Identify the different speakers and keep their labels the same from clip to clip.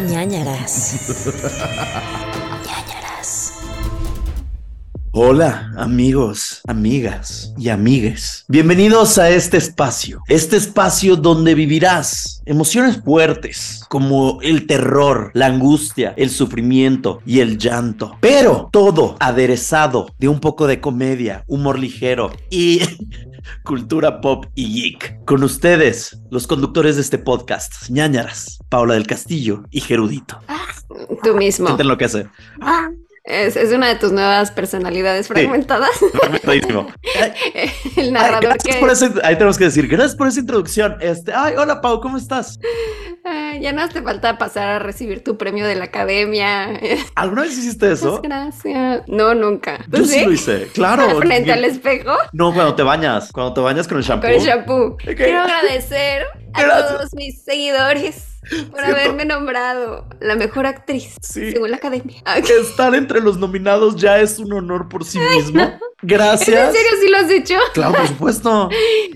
Speaker 1: ñañaras. ñañaras.
Speaker 2: Hola amigos, amigas y amigues. Bienvenidos a este espacio. Este espacio donde vivirás emociones fuertes como el terror, la angustia, el sufrimiento y el llanto. Pero todo aderezado de un poco de comedia, humor ligero y cultura pop y geek. Con ustedes, los conductores de este podcast, ñañaras, Paula del Castillo y Gerudito.
Speaker 3: Tú mismo.
Speaker 2: Sienten lo que hace.
Speaker 3: Ah, Es, es una de tus nuevas personalidades fragmentadas.
Speaker 2: Perfectísimo. Ay,
Speaker 3: El
Speaker 2: Ay,
Speaker 3: narrador
Speaker 2: gracias
Speaker 3: que
Speaker 2: por esa- ahí tenemos que decir, gracias por esa introducción. Este, ay, hola Pau, ¿cómo estás?
Speaker 3: Ay, ya no te falta pasar a recibir tu premio de la academia. Muchas
Speaker 2: ¿Alguna vez hiciste eso?
Speaker 3: gracias. No, nunca. ¿Tú
Speaker 2: Yo sí lo hice, claro.
Speaker 3: Frente al espejo
Speaker 2: No, cuando te bañas, cuando te bañas con el shampoo.
Speaker 3: con el shampoo.
Speaker 2: Ok.
Speaker 3: Quiero agradecer a
Speaker 2: Gracias.
Speaker 3: todos mis seguidores por
Speaker 2: Siento-
Speaker 3: haberme nombrado la mejor actriz
Speaker 2: Sí.
Speaker 3: según la academia. Ah, ¿Es
Speaker 2: Estar entre los nominados ya es un honor por sí mismo.
Speaker 3: en
Speaker 2: Gracias.
Speaker 3: serio si lo has hecho?
Speaker 2: Claro, por supuesto.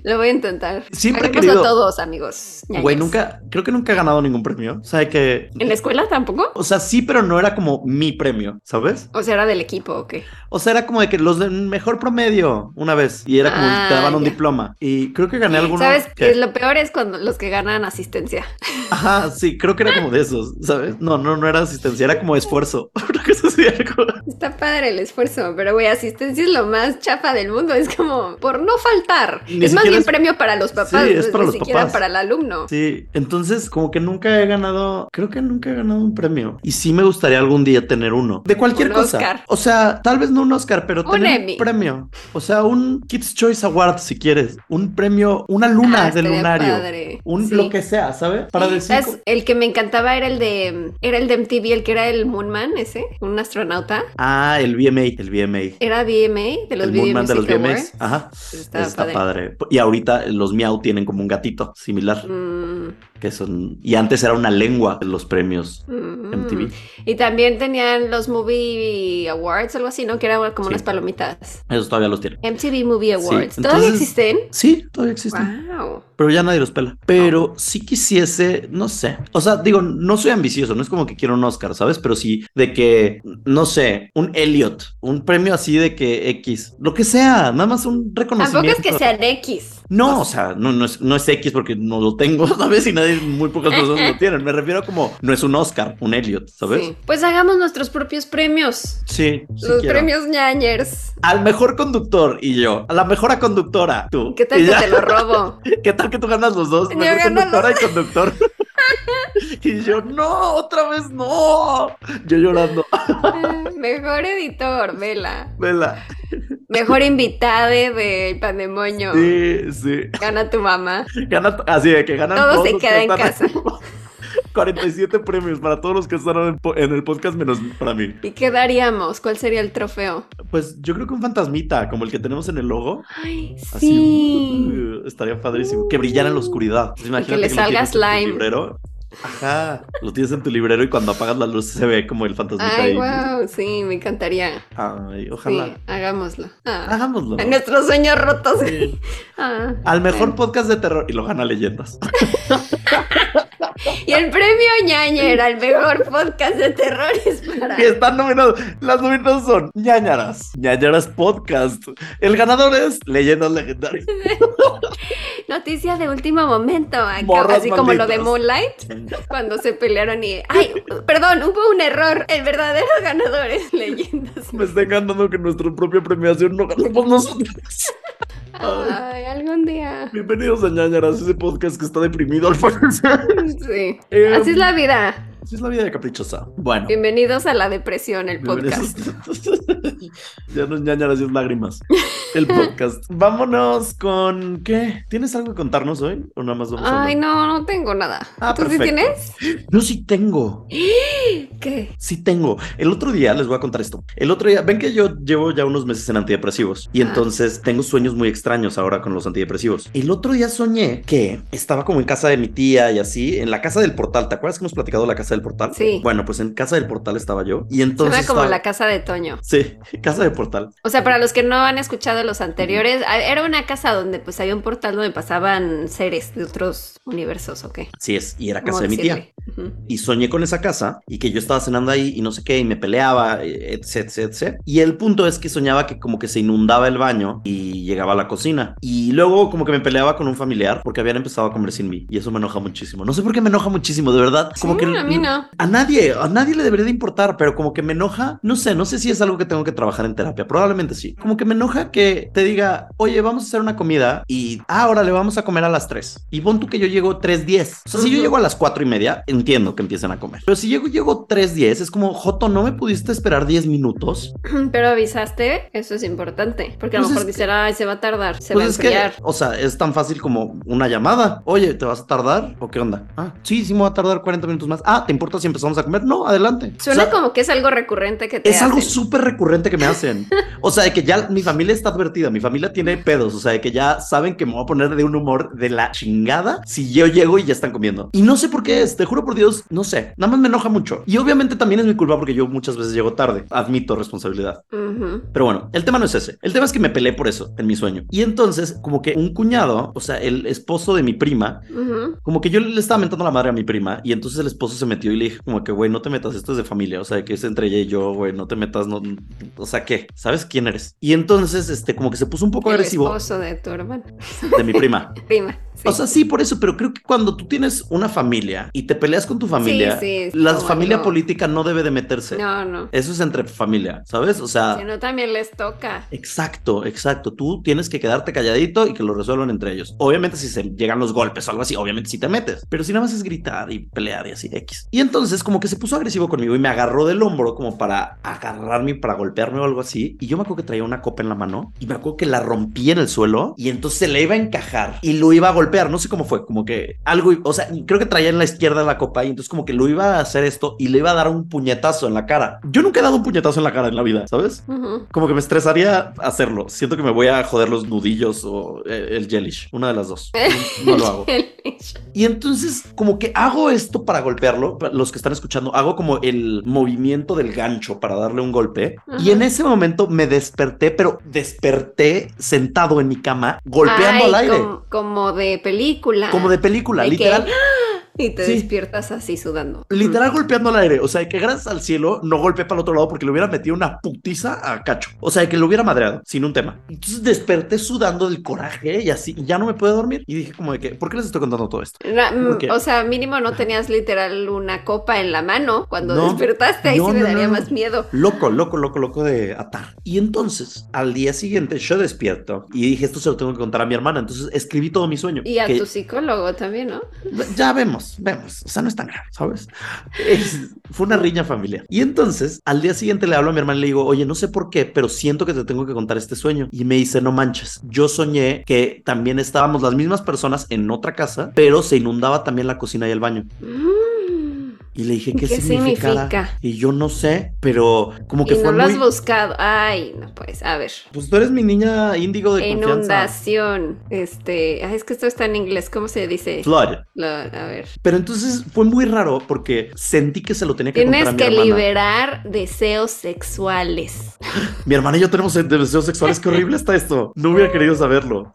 Speaker 3: Lo voy a intentar.
Speaker 2: Siempre he
Speaker 3: Haremos
Speaker 2: querido-
Speaker 3: a todos, amigos.
Speaker 2: Güey,
Speaker 3: ñañas.
Speaker 2: nunca, creo que nunca he ganado ningún premio. O sea, que...
Speaker 3: ¿En la escuela tampoco?
Speaker 2: O sea, sí, pero no era como mi premio, ¿sabes?
Speaker 3: O sea, era del equipo o qué.
Speaker 2: O sea, era como de que los del mejor promedio una vez y era como te
Speaker 3: Ah,
Speaker 2: daban un
Speaker 3: ya.
Speaker 2: diploma. Y creo que gané alguno.
Speaker 3: ¿Sabes?
Speaker 2: que-
Speaker 3: Es lo peor es cuando los que ganan asistencia.
Speaker 2: Ajá, sí, creo que era como de esos, ¿sabes? No, no, no era asistencia, era como esfuerzo. Una cosa así, era como-
Speaker 3: Está padre el esfuerzo, pero güey, asistencia es lo más chafa del mundo. Es como por no faltar.
Speaker 2: Ni
Speaker 3: es más
Speaker 2: siquiera
Speaker 3: bien
Speaker 2: es-
Speaker 3: premio para los papás,
Speaker 2: Sí, es
Speaker 3: no
Speaker 2: para
Speaker 3: ni
Speaker 2: los
Speaker 3: siquiera
Speaker 2: papás.
Speaker 3: para el alumno.
Speaker 2: Sí, entonces como que nunca he ganado, creo que nunca he ganado un premio. Y sí me gustaría algún día tener uno. De cualquier
Speaker 3: Un
Speaker 2: cosa.
Speaker 3: Oscar.
Speaker 2: O sea, tal vez no un Oscar, pero
Speaker 3: Un
Speaker 2: tener
Speaker 3: Emmy.
Speaker 2: un premio. O sea, un Kids Choice Award si quieres. Un premio, una luna
Speaker 3: Ah,
Speaker 2: de
Speaker 3: estaría
Speaker 2: lunario.
Speaker 3: padre,
Speaker 2: Un
Speaker 3: sí.
Speaker 2: lo que sea, ¿sabes? Para decir...
Speaker 3: ¿Sabes? El que me encantaba era el de era el de MTV, el que era el Moonman ese, un astronauta.
Speaker 2: Ah, el VMA, el VMA.
Speaker 3: Era VMA de los
Speaker 2: el
Speaker 3: VMA
Speaker 2: Moonman de los
Speaker 3: Music
Speaker 2: VMAs.
Speaker 3: Awards.
Speaker 2: Ajá.
Speaker 3: Estaba
Speaker 2: Está
Speaker 3: padre.
Speaker 2: padre. Y ahorita los Miau tienen como un gatito similar,
Speaker 3: Mm,
Speaker 2: que son. Y antes era una lengua de los premios
Speaker 3: mm.
Speaker 2: MTV.
Speaker 3: Y también tenían los Movie Awards, algo así, ¿no? Que eran como
Speaker 2: Sí.
Speaker 3: unas palomitas.
Speaker 2: Esos todavía los tienen.
Speaker 3: MTV Movie
Speaker 2: Sí,
Speaker 3: Awards. ¿Todavía
Speaker 2: entonces-
Speaker 3: existen?
Speaker 2: Sí, todavía existen.
Speaker 3: Wow.
Speaker 2: Pero ya nadie los pela. Pero si quisiese, no sé. O sea, digo, no soy ambicioso, no es como que quiero un Oscar, ¿sabes? Pero sí de que, no sé, un Elliot, un premio así de que X, lo que sea, nada más un
Speaker 3: Tampoco
Speaker 2: reconocimiento.
Speaker 3: es que sean X.
Speaker 2: No, o sea, no, no, es, no es X porque no lo tengo, ¿sabes? Y nadie, muy pocas personas lo tienen. Me refiero a como, no es un Oscar, un Elliot, ¿sabes?
Speaker 3: Sí. Pues hagamos nuestros propios premios.
Speaker 2: Sí, sí
Speaker 3: Los
Speaker 2: quiero.
Speaker 3: premios ñañers.
Speaker 2: Al mejor conductor y yo. A la mejora conductora, tú.
Speaker 3: ¿Qué tal
Speaker 2: Y
Speaker 3: que
Speaker 2: ya.
Speaker 3: te lo robo?
Speaker 2: ¿Qué tal que tú ganas los dos?
Speaker 3: Yo
Speaker 2: Mejor
Speaker 3: gano los
Speaker 2: conductora y conductor. y yo, no, otra vez no. Yo llorando.
Speaker 3: Ah, Mejor editor, vela.
Speaker 2: Vela.
Speaker 3: Mejor invitade del pandemonio.
Speaker 2: Sí, sí.
Speaker 3: Gana tu mamá.
Speaker 2: Gana, así de que ganan
Speaker 3: Todo
Speaker 2: todos
Speaker 3: se
Speaker 2: los
Speaker 3: queda
Speaker 2: que
Speaker 3: en
Speaker 2: están 47 premios para todos los que están en el po- en el podcast, menos para mí.
Speaker 3: ¿Y qué daríamos? ¿Cuál sería el trofeo?
Speaker 2: Pues yo creo que un fantasmita, como el que tenemos en el logo,
Speaker 3: Ay,
Speaker 2: así
Speaker 3: sí.
Speaker 2: uh, estaría padrísimo. Que brillara en la oscuridad. Pues imagínate
Speaker 3: le
Speaker 2: lo
Speaker 3: salga
Speaker 2: tienes en tu
Speaker 3: slime.
Speaker 2: librero. Ajá. Lo tienes en tu librero y cuando apagas la luz se ve como el fantasmita
Speaker 3: Ay,
Speaker 2: pues, ahí.
Speaker 3: wow, sí, me encantaría.
Speaker 2: Ay,
Speaker 3: Sí,
Speaker 2: ojalá.
Speaker 3: hagámoslo. Ah,
Speaker 2: Hagámoslo.
Speaker 3: en nuestros sueños rotos.
Speaker 2: Sí.
Speaker 3: Ah,
Speaker 2: Al mejor
Speaker 3: bueno.
Speaker 2: podcast de terror y lo gana leyendas.
Speaker 3: Y el premio ñañera, el mejor podcast de terror es para.
Speaker 2: Y están nominados. Las nominadas son ñañaras. ñañaras podcast. El ganador es leyendas legendarias.
Speaker 3: Noticias de último momento, acá,
Speaker 2: Morras
Speaker 3: así como lo de
Speaker 2: malditas.
Speaker 3: Moonlight, cuando se pelearon y. ¡Ay! Perdón, hubo un error. El verdadero ganador es Leyendas.
Speaker 2: Me está encantando que nuestra propia premiación no ganamos nosotros.
Speaker 3: Ay, algún día.
Speaker 2: Bienvenidos a ñañaras, ese podcast que está deprimido al parecer.
Speaker 3: Sí.
Speaker 2: Em,
Speaker 3: Así es la vida.
Speaker 2: Así es la vida de caprichosa. Bueno.
Speaker 3: Bienvenidos a la depresión, el podcast.
Speaker 2: bienvenidos. ya no es ñañaras, ya es lágrimas. El podcast. Vámonos con qué. ¿Tienes algo que contarnos hoy? ¿O nada más vamos a
Speaker 3: Ay,
Speaker 2: hablar?
Speaker 3: no, no tengo nada.
Speaker 2: Ah,
Speaker 3: ¿Tú sí
Speaker 2: perfecto.
Speaker 3: tienes?
Speaker 2: Yo sí tengo.
Speaker 3: ¿Qué?
Speaker 2: Sí tengo. El otro día les voy a contar esto. El otro día, ven que yo llevo ya unos meses en antidepresivos y
Speaker 3: Ah.
Speaker 2: entonces tengo sueños muy extraños ahora con los antidepresivos. El otro día soñé que estaba como en casa de mi tía y así, en la casa del portal. ¿Te acuerdas que hemos platicado de la casa del portal?
Speaker 3: Sí.
Speaker 2: Bueno, pues en casa del portal estaba yo y
Speaker 3: Suena
Speaker 2: entonces
Speaker 3: como
Speaker 2: estaba-
Speaker 3: la casa de Toño.
Speaker 2: Sí, casa del portal.
Speaker 3: O sea, para los que no han escuchado los anteriores, a- era una casa donde pues había un portal donde pasaban seres de otros universos, ¿o qué?
Speaker 2: Así es, y era
Speaker 3: ¿Cómo
Speaker 2: casa de mi tía.
Speaker 3: decirle? Ujú.
Speaker 2: y soñé con esa casa y que yo estaba cenando ahí y no sé qué y me peleaba, eh, etc, etc, etc. Y el punto es que soñaba que como que se inundaba el baño y llegaba a la cocina y luego como que me peleaba con un familiar porque habían empezado a comer sin mí y eso me enoja muchísimo. No sé por qué me enoja muchísimo, de verdad. Como
Speaker 3: Sí,
Speaker 2: que
Speaker 3: Mm, a mí no.
Speaker 2: a nadie, a nadie le debería de importar, pero como que me enoja, no sé, no sé si es algo que tengo que trabajar en terapia, probablemente sí. Como que me enoja que te diga, oye, vamos a hacer una comida y ahora le vamos a comer a las 3. Y pon tú que yo llego 3.10. O sea, si yo
Speaker 3: Ujú.
Speaker 2: llego a las 4 y media, entiendo que empiezan a comer. Pero si llego, llego 3.10, es como, Joto, ¿no me pudiste esperar 10 minutos?
Speaker 3: Pero avisaste, eso es importante. Porque a lo
Speaker 2: Pues
Speaker 3: mejor
Speaker 2: es
Speaker 3: dicen, ay, se va a tardar, se va a
Speaker 2: Pues es que,
Speaker 3: enfriar.
Speaker 2: o sea, es tan fácil como una llamada. Oye, ¿te vas a tardar? ¿O qué onda? Ah, sí, sí me va a tardar 40 minutos más. Ah, ¿te importa si empezamos a comer? No, adelante. O
Speaker 3: Suena
Speaker 2: sea,
Speaker 3: como que es algo recurrente que te
Speaker 2: Es algo
Speaker 3: hacen.
Speaker 2: súper recurrente que me hacen. O sea, de que ya mi familia está advertida, mi familia tiene pedos, o sea, de que ya saben que me voy a poner de un humor de la chingada si yo llego y ya están comiendo. Y no sé por qué es, te juro por Dios, no sé, nada más me enoja mucho. Y obviamente también es mi culpa porque yo muchas veces llego tarde, admito responsabilidad.
Speaker 3: Ujú.
Speaker 2: Pero bueno, el tema no es ese. El tema es que me peleé por eso en mi sueño. Y entonces, como que un cuñado, o sea, el esposo de mi prima,
Speaker 3: Ujú.
Speaker 2: como que yo le estaba mentando la madre a mi prima y entonces el esposo se metió y le dije como que, güey, no te metas, esto es de familia, o sea, que es entre ella y yo, güey, no te metas, no, o sea, ¿qué? ¿Sabes quién eres? Y entonces, este, como que se puso un poco
Speaker 3: El
Speaker 2: agresivo
Speaker 3: esposo de tu hermana.
Speaker 2: de mi prima.
Speaker 3: Prima. sí.
Speaker 2: O sea, sí, por eso, pero creo que cuando tú tienes una familia y te peleas con tu familia,
Speaker 3: sí,
Speaker 2: la
Speaker 3: como
Speaker 2: familia
Speaker 3: no.
Speaker 2: política no debe de meterse.
Speaker 3: no, no.
Speaker 2: Eso es entre familia, ¿sabes? O sea...
Speaker 3: Si no, también les toca.
Speaker 2: Exacto, exacto. Tú tienes que quedarte calladito y que lo resuelvan entre ellos. Obviamente, si se llegan los golpes o algo así, obviamente si te metes, pero si nada más es gritar y pelear y así X. Y entonces, como que se puso agresivo conmigo y me agarró del hombro, como para agarrarme, para golpearme o algo así. Y yo me acuerdo que traía una copa en la mano y me acuerdo que la rompí en el suelo y entonces se le iba a encajar y lo iba a golpear. No sé cómo fue, como que algo, o sea, creo que traía en la izquierda la copa y entonces, como que lo iba a hacer esto y le iba a dar un puñetazo en la cara. Yo nunca he dado un puñetazo en la cara en la vida, ¿sabes?
Speaker 3: Ujú.
Speaker 2: Como que me estresaría hacerlo. Siento que me voy a joder los nudillos o eh, el jellish. Una de las dos. No lo hago. Y entonces, como que hago esto para golpearlo. para Los que están escuchando, hago como el movimiento del gancho para darle un golpe. Y
Speaker 3: Ajá.
Speaker 2: en ese momento me desperté, pero desperté sentado en mi cama, golpeando
Speaker 3: Ay,
Speaker 2: al aire.
Speaker 3: Como, como de película.
Speaker 2: Como de película,
Speaker 3: ¿De qué?
Speaker 2: literal.
Speaker 3: Y te
Speaker 2: Sí.
Speaker 3: despiertas así sudando.
Speaker 2: Literal golpeando al aire. O sea, que gracias al cielo no golpeé para el otro lado porque le hubiera metido una putiza a Cacho. O sea, que lo hubiera madreado sin un tema. Entonces desperté sudando del coraje y así. Y ya no me pude dormir. Y dije como de que, ¿por qué les estoy contando todo esto?
Speaker 3: Ra- mm,
Speaker 2: ¿Por qué?
Speaker 3: O sea, mínimo no tenías literal una copa en la mano cuando
Speaker 2: No.
Speaker 3: despertaste. Ahí
Speaker 2: No,
Speaker 3: sí me
Speaker 2: no,
Speaker 3: daría
Speaker 2: no, no.
Speaker 3: más miedo.
Speaker 2: Loco, loco, loco, loco de atar. Y entonces, al día siguiente, yo despierto y dije, esto se lo tengo que contar a mi hermana. Entonces escribí todo mi sueño.
Speaker 3: Y a
Speaker 2: que
Speaker 3: tu psicólogo también, ¿no?
Speaker 2: Ya vemos, vemos. O sea, no es tan grave, ¿sabes? Es- fue una riña familiar. Y entonces, al día siguiente le hablo a mi hermana y le digo, oye, no sé por qué, pero siento que te tengo que contar este sueño. Y me dice, no manches, yo soñé que también estábamos las mismas personas en otra casa, pero se inundaba también la cocina y el baño.
Speaker 3: Mm.
Speaker 2: Y le dije, ¿qué,
Speaker 3: ¿Qué
Speaker 2: significará?
Speaker 3: significa?
Speaker 2: Y yo no sé, pero como que
Speaker 3: Y no
Speaker 2: fue
Speaker 3: lo has
Speaker 2: muy...
Speaker 3: buscado. Ay, no, pues, a ver.
Speaker 2: Pues tú eres mi niña índigo de confianza.
Speaker 3: Inundación. Este. ay, es que esto está en inglés. ¿Cómo se dice?
Speaker 2: Flood.
Speaker 3: Lo- a ver.
Speaker 2: Pero entonces fue muy raro porque sentí que se lo tenía que
Speaker 3: Tienes
Speaker 2: contar a mi
Speaker 3: que
Speaker 2: hermana.
Speaker 3: liberar deseos sexuales.
Speaker 2: Mi hermana y yo tenemos deseos sexuales. Qué horrible está esto. No hubiera querido saberlo.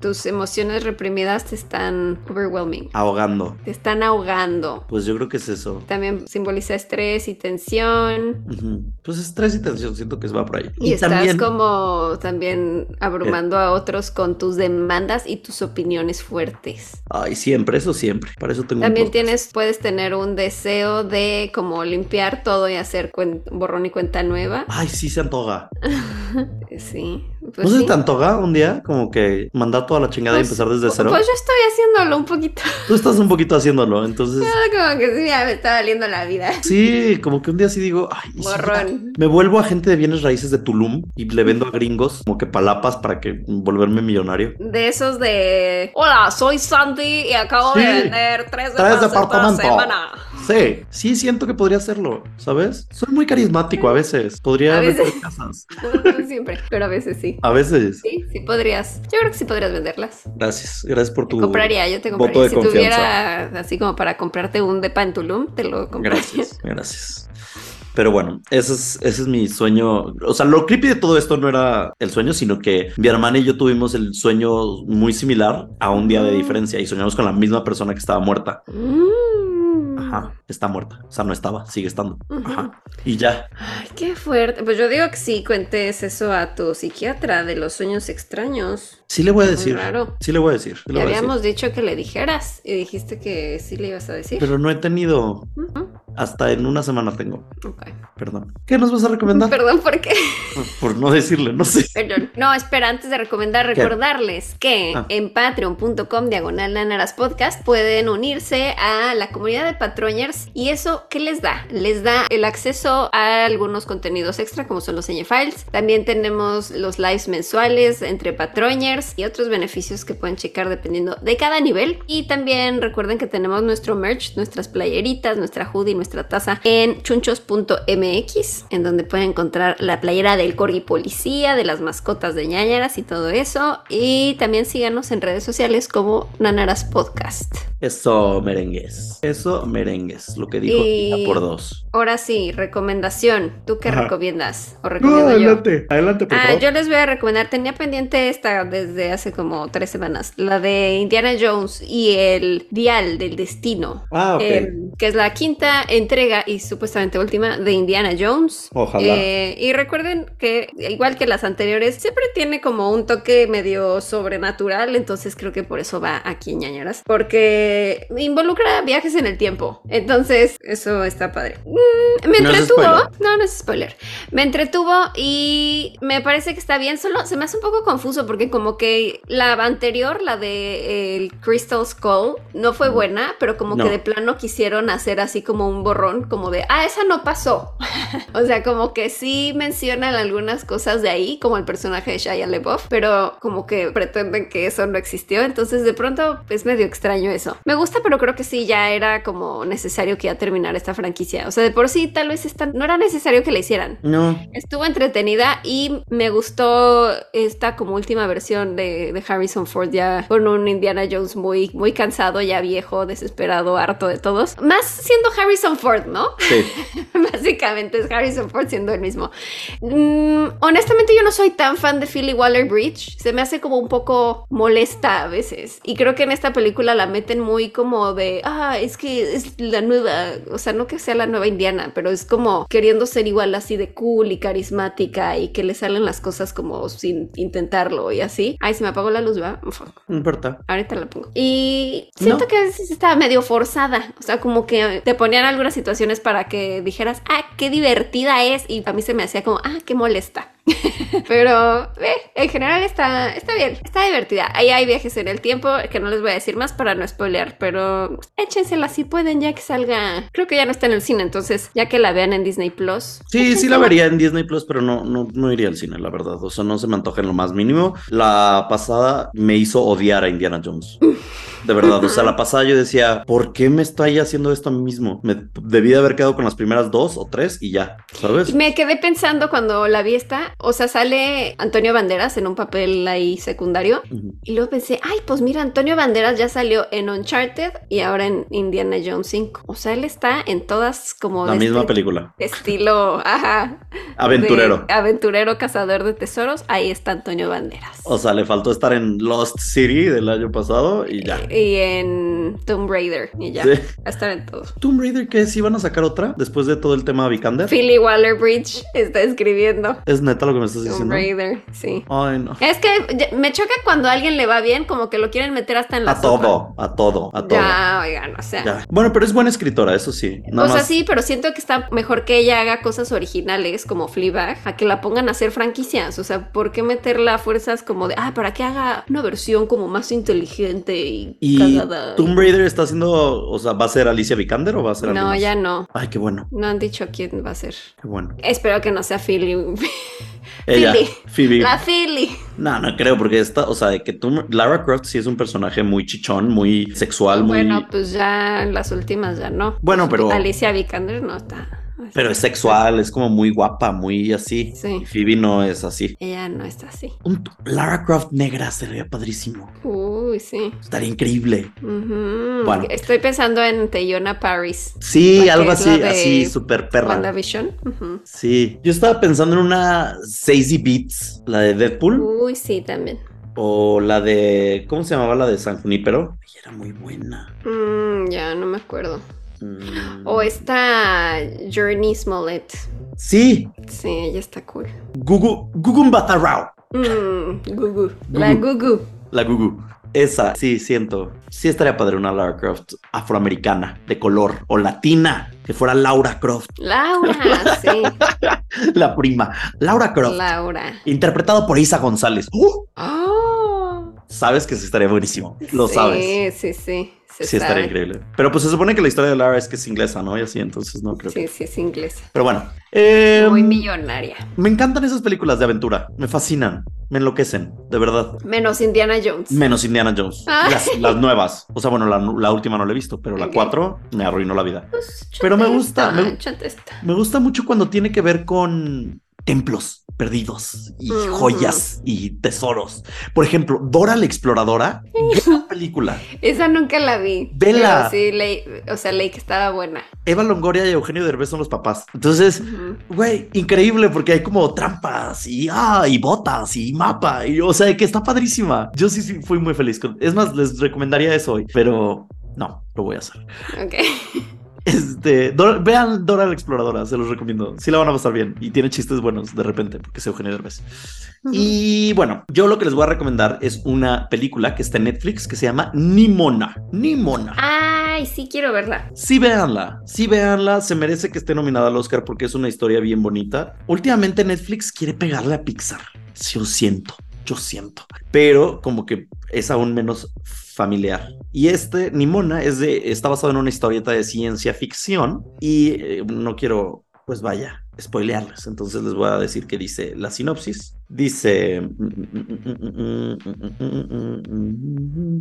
Speaker 3: Tus emociones reprimidas te están overwhelming.
Speaker 2: Ahogando.
Speaker 3: Te están ahogando.
Speaker 2: Pues yo creo que es eso.
Speaker 3: También simboliza estrés y tensión.
Speaker 2: Ujú. Pues estrés y tensión. Siento que va por ahí.
Speaker 3: Y, estás como también abrumando a otros con tus demandas y tus opiniones fuertes.
Speaker 2: Ay, siempre, eso siempre. Para eso tengo un
Speaker 3: También
Speaker 2: podcast.
Speaker 3: tienes, puedes tener un deseo de como limpiar todo y hacer cuen- borrón y cuenta nueva.
Speaker 2: Ay, sí, se antoja.
Speaker 3: Sí. Pues
Speaker 2: Ah. ¿No se
Speaker 3: sí.
Speaker 2: te antoja un día como que mandar toda la chingada
Speaker 3: Pues,
Speaker 2: y empezar desde
Speaker 3: Pues
Speaker 2: cero?
Speaker 3: yo estoy haciéndolo un poquito.
Speaker 2: Tú estás un poquito haciéndolo, entonces...
Speaker 3: Como que sí, ya me está valiendo la vida.
Speaker 2: Sí, como que un día sí digo, ay, ¿y si
Speaker 3: Borrón.
Speaker 2: Me vuelvo agente de bienes raíces de Tulum y le vendo a gringos como que palapas para que volverme millonario.
Speaker 3: De esos de. Hola, soy Sandy y acabo
Speaker 2: Sí.
Speaker 3: de vender tres,
Speaker 2: Tres
Speaker 3: departamentos esta
Speaker 2: departamentos.
Speaker 3: semana.
Speaker 2: Sí, sí siento que podría hacerlo, ¿sabes? Soy muy carismático a veces. Podría
Speaker 3: A veces.
Speaker 2: vender casas.
Speaker 3: No, no siempre, pero a veces sí.
Speaker 2: A veces.
Speaker 3: Sí, sí podrías. Yo creo que sí podrías venderlas.
Speaker 2: Gracias, gracias por
Speaker 3: Te
Speaker 2: tu.
Speaker 3: compraría, yo te
Speaker 2: Uh, voto
Speaker 3: compraría.
Speaker 2: de
Speaker 3: Si
Speaker 2: confianza.
Speaker 3: tuviera así como para comprarte un depa en Tulum, te lo compraría.
Speaker 2: Gracias, gracias. Pero bueno, ese es, ese es mi sueño. O sea, lo creepy de todo esto no era el sueño, sino que mi hermana y yo tuvimos el sueño muy similar a un día de diferencia y soñamos con la misma persona que estaba muerta.
Speaker 3: Mm.
Speaker 2: Ajá, está muerta. O sea, no estaba, sigue estando.
Speaker 3: Ujú.
Speaker 2: Ajá. Y ya.
Speaker 3: Ay, qué fuerte. Pues yo digo que sí cuentes eso a tu psiquiatra de los sueños extraños.
Speaker 2: Sí le voy a
Speaker 3: Muy
Speaker 2: decir.
Speaker 3: raro.
Speaker 2: Sí le voy a decir. sí le
Speaker 3: Ya
Speaker 2: voy a decir.
Speaker 3: habíamos dicho que le dijeras y dijiste que sí le ibas a decir.
Speaker 2: Pero no he tenido.
Speaker 3: Ujú,
Speaker 2: Hasta en una semana tengo.
Speaker 3: ok.
Speaker 2: Perdón. ¿Qué nos vas a recomendar?
Speaker 3: Perdón, ¿por qué?
Speaker 2: Por no decirle, no sé.
Speaker 3: Perdón. No, espera, antes de recomendar, recordarles que
Speaker 2: Ah.
Speaker 3: en patreon.com diagonal Nanaras Podcast pueden unirse a la comunidad de patroñers. ¿Y eso qué les da? Les da el acceso a algunos contenidos extra, como son los Files. También tenemos los lives mensuales entre patroñers y otros beneficios que pueden checar dependiendo de cada nivel. Y también recuerden que tenemos nuestro merch, nuestras playeritas, nuestra hoodie, nuestra taza en chunchos.mx, en donde pueden encontrar la playera del corgi policía, de las mascotas de ñañaras y todo eso. Y también síganos en redes sociales como Nanaras Podcast.
Speaker 2: Eso merengues. Eso merengues. Lo que dijo
Speaker 3: Y-
Speaker 2: Tía por dos.
Speaker 3: Ahora sí, recomendación. ¿Tú qué
Speaker 2: Ajá.
Speaker 3: recomiendas? ¿O recomiendo yo?
Speaker 2: adelante, por
Speaker 3: Ah,
Speaker 2: favor.
Speaker 3: yo les voy a recomendar, tenía pendiente esta desde hace como tres semanas, la de Indiana Jones y el Dial del Destino,
Speaker 2: Ah, ok.
Speaker 3: eh, que es la quinta entrega y supuestamente última de Indiana Jones.
Speaker 2: Ojalá.
Speaker 3: Eh, y recuerden que, igual que las anteriores, siempre tiene como un toque medio sobrenatural, entonces creo que por eso va aquí en ñañaras, porque involucra viajes en el tiempo, entonces eso está padre. Mm, me
Speaker 2: No es
Speaker 3: entretuvo,
Speaker 2: spoiler.
Speaker 3: no, no es spoiler, me entretuvo y me parece que está bien, solo se me hace un poco confuso porque como que la anterior, la de el Crystal Skull, no fue buena, pero como
Speaker 2: No.
Speaker 3: que de plano quisieron hacer así como un borrón, como de, ah, esa no pasó. O sea, como que sí mencionan algunas cosas de ahí, como el personaje de Shia LaBeouf, pero como que pretenden que eso no existió. Entonces, de pronto es medio extraño eso. Me gusta, pero creo que sí ya era como necesario que ya terminara esta franquicia. O sea, de por sí, tal vez esta no era necesario que la hicieran.
Speaker 2: No.
Speaker 3: Estuvo entretenida y me gustó esta como última versión de, de Harrison Ford ya con un Indiana Jones muy, muy cansado, ya viejo, desesperado, harto de todos. Más siendo Harrison Ford, ¿no?
Speaker 2: Sí.
Speaker 3: Básicamente es Harrison Ford siendo el mismo. Mm, honestamente yo no soy tan fan de Philly Waller Bridge. Se me hace como un poco molesta a veces. Y creo que en esta película la meten muy como de, ah, es que es la nueva, o sea, no que sea la nueva indiana, pero es como queriendo ser igual así de cool y carismática y que le salen las cosas como sin intentarlo y así. Ay, se me apagó la luz, ¿va? Fuck.
Speaker 2: No importa.
Speaker 3: Ahorita la pongo. Y siento
Speaker 2: No.
Speaker 3: que a veces estaba medio forzada. O sea, como que te ponían algunas situaciones para que dijeras, ah, qué divertida es. Y a mí se me hacía como, ah, qué molesta. Pero eh, en general está, está bien, está divertida. Ahí hay viajes en el tiempo que no les voy a decir más para no spoilear, pero échensela si pueden ya que salga. Creo que ya no está en el cine, entonces ya que la vean en Disney Plus.
Speaker 2: Sí, sí la
Speaker 3: échensela.
Speaker 2: vería en Disney Plus, pero no, no, no iría al cine, la verdad. O sea, no se me antoja en lo más mínimo. La pasada me hizo odiar a Indiana Jones. De verdad, o sea, la pasada yo decía, ¿por qué me estoy haciendo esto a mí mismo? Me debí de haber quedado con las primeras dos o tres y ya, ¿sabes?
Speaker 3: Me quedé pensando cuando la vi esta, o sea, sale Antonio Banderas en un papel ahí secundario
Speaker 2: Ujú.
Speaker 3: Y luego pensé, ay, pues mira, Antonio Banderas ya salió en Uncharted y ahora en Indiana Jones 5. O sea, él está en todas como
Speaker 2: La
Speaker 3: de
Speaker 2: misma
Speaker 3: este
Speaker 2: película.
Speaker 3: estilo, ajá,
Speaker 2: Aventurero.
Speaker 3: de aventurero, cazador de tesoros. Ahí está Antonio Banderas.
Speaker 2: O sea, le faltó estar en Lost City del año pasado y ya.
Speaker 3: Y en Tomb Raider y Eh, ya.
Speaker 2: Sí.
Speaker 3: Va a estar en todo.
Speaker 2: Tomb Raider, ¿qué es? ¿Iban a sacar otra después de todo el tema Vikander?
Speaker 3: Philly Waller Bridge está escribiendo
Speaker 2: Es neta lo que me estás
Speaker 3: Tomb
Speaker 2: diciendo.
Speaker 3: Raider, sí.
Speaker 2: Ay, no.
Speaker 3: Es que ya- me choca cuando a alguien le va bien, como que lo quieren meter hasta en la
Speaker 2: A todo, a todo, a
Speaker 3: sopa.
Speaker 2: todo.
Speaker 3: Ya, oigan, o sea.
Speaker 2: Ya. Bueno, pero es buena escritora, eso sí. Nada
Speaker 3: o sea,
Speaker 2: más-
Speaker 3: sí, pero siento que está mejor que ella haga cosas originales como Fleabag, a que la pongan a hacer franquicias. O sea, ¿por qué meterla a fuerzas como de, ah, para que haga una versión como más inteligente y,
Speaker 2: Y
Speaker 3: cagada?
Speaker 2: Tomb Raider está haciendo, o sea, ¿va a ser Alicia Vikander o va a ser alguien
Speaker 3: No,
Speaker 2: más?
Speaker 3: ya no.
Speaker 2: Ay, qué bueno,
Speaker 3: No han dicho quién va a ser.
Speaker 2: qué bueno.
Speaker 3: Espero que no sea Philly.
Speaker 2: Ella,
Speaker 3: Phoebe.
Speaker 2: Phoebe.
Speaker 3: La Philly.
Speaker 2: No, no creo, porque esta, o sea, de que Tomb- Lara Croft sí es un personaje muy chichón, muy sexual, muy...
Speaker 3: Bueno, pues ya las últimas ya no.
Speaker 2: Bueno, pero-
Speaker 3: Alicia Vikander no está. Así.
Speaker 2: Pero es sexual, es como muy guapa, muy así.
Speaker 3: Sí.
Speaker 2: Y Phoebe no es así.
Speaker 3: Ella no está así.
Speaker 2: Un Lara Croft negra sería padrísimo.
Speaker 3: Uy, sí.
Speaker 2: Estaría increíble.
Speaker 3: Ujú.
Speaker 2: Bueno.
Speaker 3: Estoy pensando en Teyona Paris.
Speaker 2: Sí,
Speaker 3: Porque
Speaker 2: algo
Speaker 3: es
Speaker 2: así,
Speaker 3: la de
Speaker 2: así, súper perra.
Speaker 3: WandaVision. Ujú.
Speaker 2: Sí. Yo estaba pensando en una Sazy Beats, la de Deadpool,
Speaker 3: Uy, sí, también.
Speaker 2: o la de. ¿Cómo se llamaba la de San Junípero? Ay, era muy buena.
Speaker 3: Mm, ya no me acuerdo.
Speaker 2: Mm.
Speaker 3: O esta Journey Smollett.
Speaker 2: Sí,
Speaker 3: Sí, ella está cool.
Speaker 2: Gugu, Gugu Mbatha-Rao.
Speaker 3: Mm, Gugu. La Gugu.
Speaker 2: La Gugu. Esa, sí, siento. Sí estaría padre una Lara Croft afroamericana, de color, o latina, que fuera Laura Croft,
Speaker 3: Laura, sí.
Speaker 2: la prima. Laura Croft,
Speaker 3: Laura.
Speaker 2: interpretado por Isa González. ¡Uh!
Speaker 3: Oh,
Speaker 2: Sabes que sí estaría buenísimo, lo
Speaker 3: sí,
Speaker 2: sabes.
Speaker 3: Sí, sí, se
Speaker 2: Sí estaría
Speaker 3: sabe.
Speaker 2: increíble. Pero pues se supone que la historia de Lara es que es inglesa, ¿no? Y así, entonces no creo
Speaker 3: Sí,
Speaker 2: que...
Speaker 3: sí, es inglesa.
Speaker 2: Pero bueno. eh,
Speaker 3: Muy millonaria.
Speaker 2: me encantan esas películas de aventura. Me fascinan. Me enloquecen, de verdad.
Speaker 3: Menos Indiana Jones.
Speaker 2: Menos Indiana Jones.
Speaker 3: Ay.
Speaker 2: Las, las nuevas. O sea, bueno, la, la última no la he visto, pero la
Speaker 3: Ah. Ok.
Speaker 2: 4 me arruinó la vida.
Speaker 3: Pues,
Speaker 2: Pero me
Speaker 3: chate
Speaker 2: gusta,
Speaker 3: esta,
Speaker 2: me-
Speaker 3: chate esta.
Speaker 2: Me gusta mucho cuando tiene que ver con templos perdidos y
Speaker 3: Ujú.
Speaker 2: joyas y tesoros. Por ejemplo, Dora la exploradora, gran película.
Speaker 3: Esa nunca la vi.
Speaker 2: Vela.
Speaker 3: Pero sí, leí- o sea, leí que estaba buena.
Speaker 2: Eva Longoria y Eugenio Derbez son los papás. Entonces,
Speaker 3: Ujú.
Speaker 2: güey, increíble porque hay como trampas y ah, y botas y mapa y o sea, que está padrísima. Yo sí, sí fui muy feliz con. Es más, les recomendaría eso hoy, pero no, lo voy a hacer.
Speaker 3: Ok.
Speaker 2: Este, Dora- vean Dora la Exploradora, se los recomiendo. Sí la van a pasar bien y tiene chistes buenos de repente porque es Eugenio Derbez. Y bueno, yo lo que les voy a recomendar es una película que está en Netflix que se llama Nimona. Nimona.
Speaker 3: Ay, sí quiero verla.
Speaker 2: Sí, véanla. Sí, véanla. Se merece que esté nominada al Oscar porque es una historia bien bonita. Últimamente Netflix quiere pegarle a Pixar. Sí, lo siento. Yo siento. Pero como que es aún menos familiar. Y este, Nimona, es de, está basado en una historieta de ciencia ficción y eh, no quiero, pues vaya, spoilearles. Entonces les voy a decir que dice la sinopsis. Dice...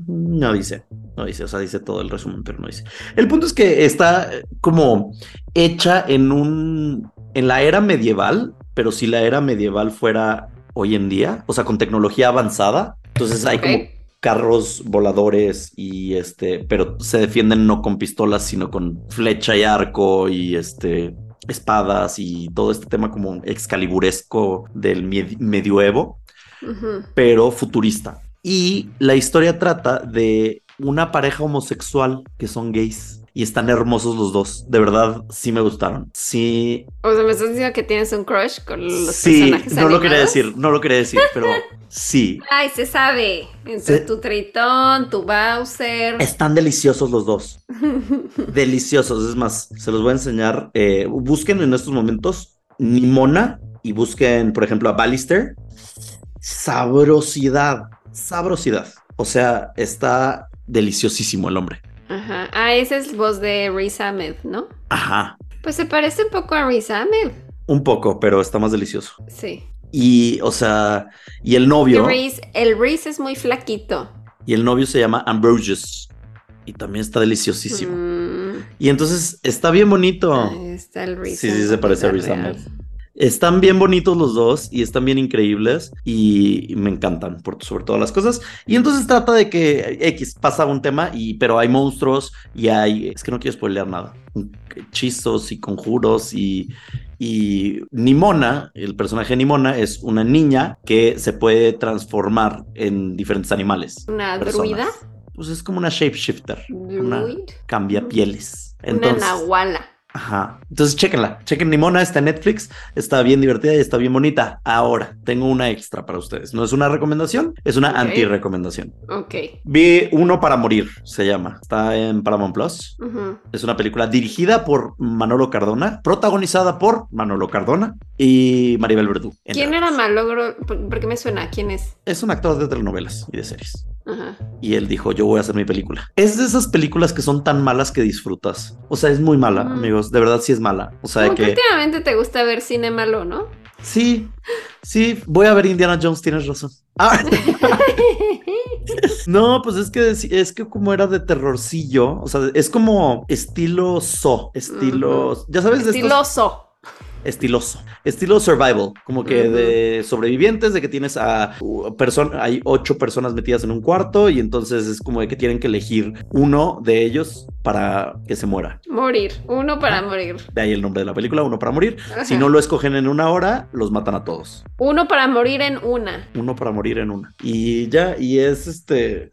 Speaker 2: No dice, no dice, o sea, dice todo el resumen, pero no dice. El punto es que está eh, como hecha en un en la era medieval, pero si la era medieval fuera hoy en día, o sea, con tecnología avanzada, entonces hay como
Speaker 3: Ok.
Speaker 2: carros voladores y este, pero se defienden no con pistolas, sino con flecha y arco y este espadas y todo este tema como excaliburesco del mie- medioevo
Speaker 3: Ujú.
Speaker 2: pero futurista. Y la historia trata de una pareja homosexual que son gays y están hermosos los dos. De verdad, sí me gustaron. Sí,
Speaker 3: O sea, me estás diciendo que tienes un crush con los
Speaker 2: sí,
Speaker 3: personajes
Speaker 2: no lo quería
Speaker 3: animados?
Speaker 2: decir, no lo quería decir, pero sí.
Speaker 3: Ay, se sabe. Entre
Speaker 2: Se-
Speaker 3: tu Tritón, tu Bowser.
Speaker 2: Están deliciosos los dos. Deliciosos. Es más, se los voy a enseñar. eh, busquen en estos momentos Nimona y busquen, por ejemplo, a Ballister. Sabrosidad. Sabrosidad. O sea, está deliciosísimo el hombre.
Speaker 3: Ajá. Ah, esa es voz de Riz Ahmed, ¿no?
Speaker 2: Ajá.
Speaker 3: Pues se parece un poco a Riz Ahmed.
Speaker 2: Un poco, pero está más delicioso.
Speaker 3: Sí.
Speaker 2: Y, o sea, y el novio,
Speaker 3: Que Reese- el Reese es muy flaquito.
Speaker 2: y el novio se llama Ambrosius. Y también está deliciosísimo.
Speaker 3: Mm,
Speaker 2: Y entonces está bien bonito.
Speaker 3: ahí está el Reese.
Speaker 2: Oh. Sí, sí,
Speaker 3: en
Speaker 2: se
Speaker 3: la
Speaker 2: parece a
Speaker 3: vida
Speaker 2: Riz Ahmed.
Speaker 3: real.
Speaker 2: Están bien bonitos los dos y están bien increíbles y me encantan por, sobre todas las cosas. Y entonces trata de que X pasa un tema y pero hay monstruos y hay es que no quiero spoilear nada. Hechizos y conjuros y y Nimona, el personaje de Nimona es una niña que se puede transformar en diferentes animales.
Speaker 3: Una druida.
Speaker 2: personas. Pues es como una shapeshifter, Una-
Speaker 3: Druid.
Speaker 2: cambia pieles.
Speaker 3: Una
Speaker 2: Entonces,
Speaker 3: nahuala.
Speaker 2: Ajá. Entonces, chéquenla. Chequen Nimona, está en Netflix, está bien divertida y está bien bonita. Ahora, tengo una extra para ustedes. No es una recomendación, es una
Speaker 3: Ok.
Speaker 2: anti-recomendación.
Speaker 3: Ok.
Speaker 2: Vi Uno para Morir, se llama. Está en Paramount Plus.
Speaker 3: Ujú.
Speaker 2: Es una película dirigida por Manolo Cardona, protagonizada por Manolo Cardona y Maribel Verdú. entre
Speaker 3: ¿Quién era
Speaker 2: otros.
Speaker 3: Malogro? ¿Por por qué me suena? ¿Quién es?
Speaker 2: Es un actor de telenovelas y de series.
Speaker 3: Ajá.
Speaker 2: Y él dijo, yo voy a hacer mi película. Es de esas películas que son tan malas que disfrutas. O sea, es muy mala,
Speaker 3: Mm.
Speaker 2: amigos. De verdad sí es mala. O sea,
Speaker 3: Como
Speaker 2: que...
Speaker 3: que últimamente te gusta ver cine malo, ¿no?
Speaker 2: Sí, sí, voy a ver Indiana Jones, tienes razón. Ah. No, pues es que es que como era de terrorcillo, o sea, es como estilo so, estilo, uh -huh. ya sabes,
Speaker 3: estilo so
Speaker 2: estiloso, estilo survival, como que uh -huh. de sobrevivientes, de que tienes a personas, hay ocho personas metidas en un cuarto y entonces es como de que tienen que elegir uno de ellos para que se muera.
Speaker 3: Morir, uno para morir.
Speaker 2: De ahí el nombre de la película, uno para morir. Ajá. Ah. Si no lo escogen en una hora, los matan a todos.
Speaker 3: Uno para morir en una.
Speaker 2: Uno para morir en una. Y ya, y es este,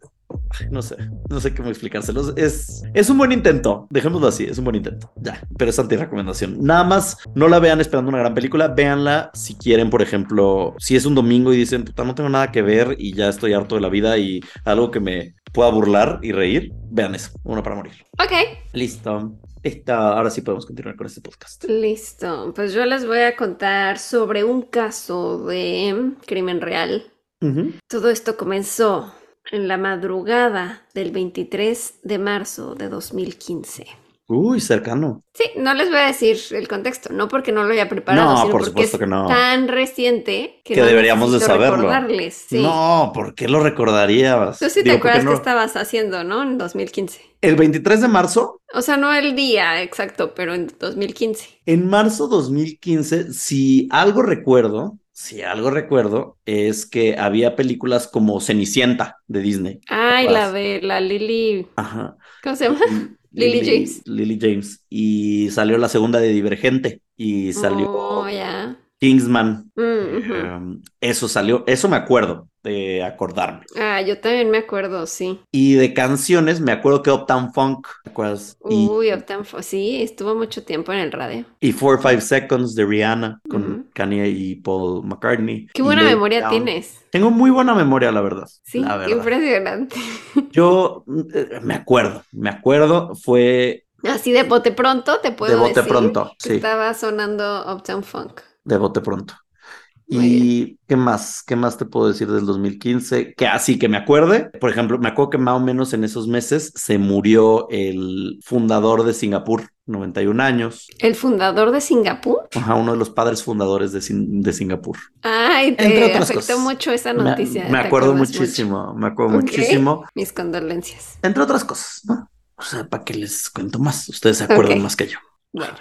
Speaker 2: no sé, no sé cómo explicárselos. Es, es un buen intento, dejémoslo así, es un buen intento. Ya, pero es anti-recomendación. Nada más, no la vean esperando una gran película, véanla si quieren, por ejemplo, si es un domingo y dicen, puta, no tengo nada que ver y ya estoy harto de la vida y algo que me pueda burlar y reír, vean eso, uno para morir.
Speaker 3: Ok.
Speaker 2: Listo. Esta, ahora sí podemos continuar con este podcast.
Speaker 3: Listo, pues yo les voy a contar sobre un caso de crimen real. Uh -huh. Todo esto comenzó en la madrugada del 23 de marzo de 2015.
Speaker 2: Uy, cercano.
Speaker 3: Sí, no les voy a decir el contexto, no porque no lo haya preparado,
Speaker 2: no,
Speaker 3: sino
Speaker 2: por
Speaker 3: porque
Speaker 2: supuesto
Speaker 3: es
Speaker 2: que no.
Speaker 3: tan reciente que,
Speaker 2: Ah. que
Speaker 3: no
Speaker 2: deberíamos de saberlo.
Speaker 3: Recordarles, sí.
Speaker 2: No, ¿por qué lo recordarías?
Speaker 3: Tú sí Digo, te acuerdas no... que estabas haciendo, ¿no? En 2015.
Speaker 2: ¿El 23 de marzo?
Speaker 3: O sea, no el día exacto, pero en 2015.
Speaker 2: En marzo 2015, si algo recuerdo, si sí, algo recuerdo, es que había películas como Cenicienta de Disney.
Speaker 3: Ay, la de la Lily.
Speaker 2: Ajá.
Speaker 3: ¿Cómo se llama? Lily, Lily, James.
Speaker 2: Lily James. Y salió la segunda de Divergente. Y salió
Speaker 3: oh, yeah.
Speaker 2: Kingsman.
Speaker 3: Mm -hmm.
Speaker 2: um, eso salió, eso me acuerdo de acordarme.
Speaker 3: Ah, yo también me acuerdo, sí.
Speaker 2: Y de canciones, me acuerdo que Uptown Funk, ¿te acuerdas? Y,
Speaker 3: Uy, Uptown Funk, sí, estuvo mucho tiempo en el radio.
Speaker 2: Y Four Five Seconds de Rihanna con uh -huh. Kanye y Paul McCartney.
Speaker 3: Qué buena memoria Down. tienes.
Speaker 2: Tengo muy buena memoria, la verdad.
Speaker 3: Sí,
Speaker 2: la verdad.
Speaker 3: impresionante.
Speaker 2: Yo eh, me acuerdo, me acuerdo, fue...
Speaker 3: Así de bote pronto, te puedo
Speaker 2: de bote
Speaker 3: decir
Speaker 2: pronto, sí.
Speaker 3: Estaba sonando Uptown Funk.
Speaker 2: De bote pronto. ¿Y qué más? ¿Qué más te puedo decir del 2015? Que así que me acuerde. Por ejemplo, me acuerdo que más o menos en esos meses se murió el fundador de Singapur, 91 años.
Speaker 3: ¿El fundador de Singapur?
Speaker 2: Ajá, uno de los padres fundadores de, Sin de Singapur.
Speaker 3: Ay, te afectó cosas. mucho esa noticia.
Speaker 2: Me, me acuerdo muchísimo, mucho? me acuerdo okay. muchísimo.
Speaker 3: Mis condolencias.
Speaker 2: Entre otras cosas, ¿no? O sea, ¿para qué les cuento más? Ustedes se acuerdan okay. más que yo.
Speaker 3: Bueno.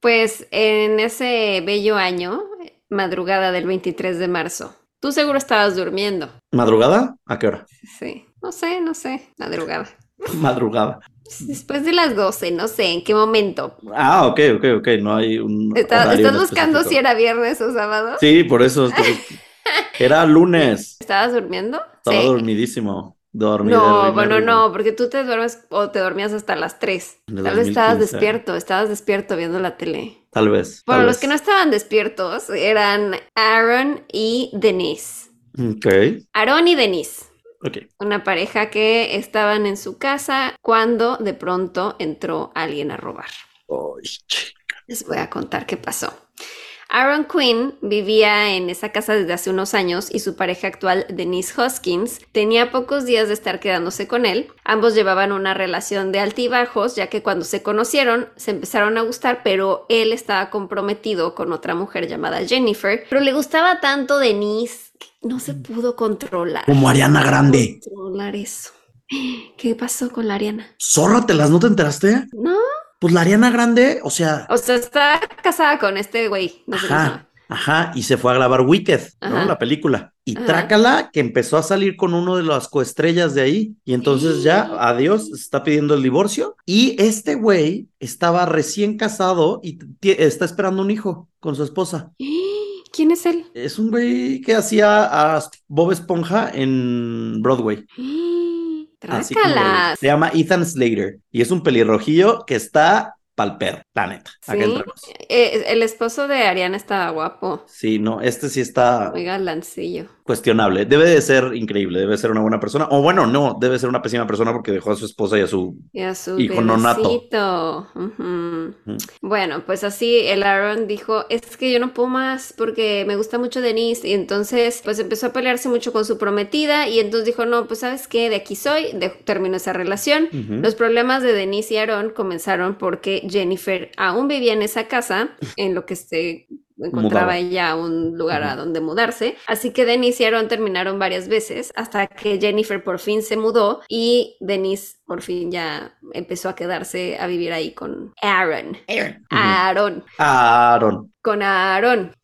Speaker 3: Pues en ese bello año, madrugada del 23 de marzo. Tú seguro estabas durmiendo.
Speaker 2: ¿Madrugada? ¿A qué hora?
Speaker 3: Sí, no sé, no sé, madrugada.
Speaker 2: Madrugada.
Speaker 3: Después de las 12, no sé en qué momento.
Speaker 2: Ah, ok, ok, ok, no hay un...
Speaker 3: Está, ¿Estás buscando específico. si era viernes o sábado?
Speaker 2: Sí, por eso. Entonces, era lunes.
Speaker 3: ¿Estabas durmiendo?
Speaker 2: Estaba sí. dormidísimo. Dormir,
Speaker 3: no, rim, bueno, rim. no, porque tú te duermes o te dormías hasta las 3. Tal vez estabas despierto, estabas despierto viendo la tele.
Speaker 2: Tal vez.
Speaker 3: Bueno,
Speaker 2: tal
Speaker 3: los
Speaker 2: vez.
Speaker 3: que no estaban despiertos eran Aaron y Denise.
Speaker 2: Ok.
Speaker 3: Aaron y Denise.
Speaker 2: Okay.
Speaker 3: Una pareja que estaban en su casa cuando de pronto entró alguien a robar.
Speaker 2: Oh,
Speaker 3: Les voy a contar qué pasó. Aaron Quinn vivía en esa casa desde hace unos años y su pareja actual, Denise Hoskins, tenía pocos días de estar quedándose con él. Ambos llevaban una relación de altibajos, ya que cuando se conocieron se empezaron a gustar, pero él estaba comprometido con otra mujer llamada Jennifer, pero le gustaba tanto Denise que no se pudo controlar.
Speaker 2: Como Ariana Grande.
Speaker 3: Controlar eso. ¿Qué pasó con la Ariana?
Speaker 2: Zórratelas, ¿no te enteraste?
Speaker 3: No.
Speaker 2: Pues la Ariana Grande, o sea.
Speaker 3: O sea, está casada con este güey. No
Speaker 2: ajá, ajá, y se fue a grabar Wicked, ajá. ¿no? La película. Y ajá. trácala, que empezó a salir con uno de las coestrellas de ahí. Y entonces sí. ya, adiós, está pidiendo el divorcio. Y este güey estaba recién casado y está esperando un hijo con su esposa.
Speaker 3: ¿Quién es él?
Speaker 2: Es un güey que hacía a Bob Esponja en Broadway.
Speaker 3: ¡Eh!
Speaker 2: Así como se llama Ethan Slater y es un pelirrojillo que está pal perro, la neta.
Speaker 3: Sí. Eh, el esposo de Ariana estaba guapo.
Speaker 2: Sí, no, este sí está.
Speaker 3: Muy galancillo.
Speaker 2: Cuestionable. Debe de ser increíble, debe ser una buena persona. O bueno, no, debe ser una pésima persona porque dejó a su esposa y a su,
Speaker 3: y a su
Speaker 2: hijo nonato.
Speaker 3: Uh -huh. mm. Bueno, pues así el Aaron dijo: Es que yo no puedo más porque me gusta mucho Denise. Y entonces, pues empezó a pelearse mucho con su prometida. Y entonces dijo: No, pues sabes qué, de aquí soy. De terminó esa relación. Uh -huh. Los problemas de Denise y Aaron comenzaron porque Jennifer aún vivía en esa casa, en lo que se encontraba ella un lugar a donde mudarse. Así que Denny hicieron, terminaron varias veces hasta que Jennifer por fin se mudó y Denise por fin ya empezó a quedarse a vivir ahí con Aaron.
Speaker 1: Aaron.
Speaker 3: Aaron.
Speaker 2: Aaron.
Speaker 3: Con Aaron.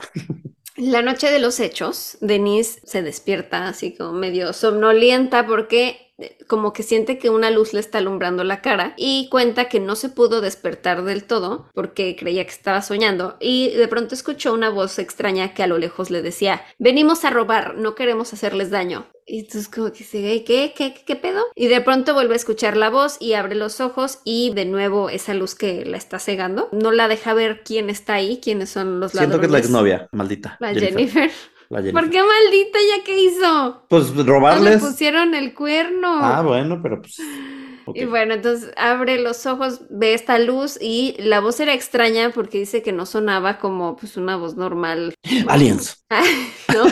Speaker 3: La noche de los hechos, Denise se despierta así como medio somnolienta porque eh, como que siente que una luz le está alumbrando la cara y cuenta que no se pudo despertar del todo porque creía que estaba soñando y de pronto escuchó una voz extraña que a lo lejos le decía, venimos a robar, no queremos hacerles daño. Y entonces como que dice, "Ey, ¿qué, qué, qué, qué pedo? Y de pronto vuelve a escuchar la voz y abre los ojos y de nuevo esa luz que la está cegando no la deja ver quién está ahí, quiénes son los
Speaker 2: Siento que es la
Speaker 3: ladrones.
Speaker 2: exnovia, maldita.
Speaker 3: La
Speaker 2: Jennifer.
Speaker 3: Jennifer.
Speaker 2: La Jennifer.
Speaker 3: ¿Por qué maldita ya que hizo?
Speaker 2: Pues
Speaker 3: No le
Speaker 2: robarles.
Speaker 3: pusieron el cuerno.
Speaker 2: Ah, bueno, pero pues. ok.
Speaker 3: Y bueno, entonces abre los ojos, ve esta luz y la voz era extraña porque dice que no sonaba como pues una voz normal,
Speaker 2: Aliens.
Speaker 3: ¿no?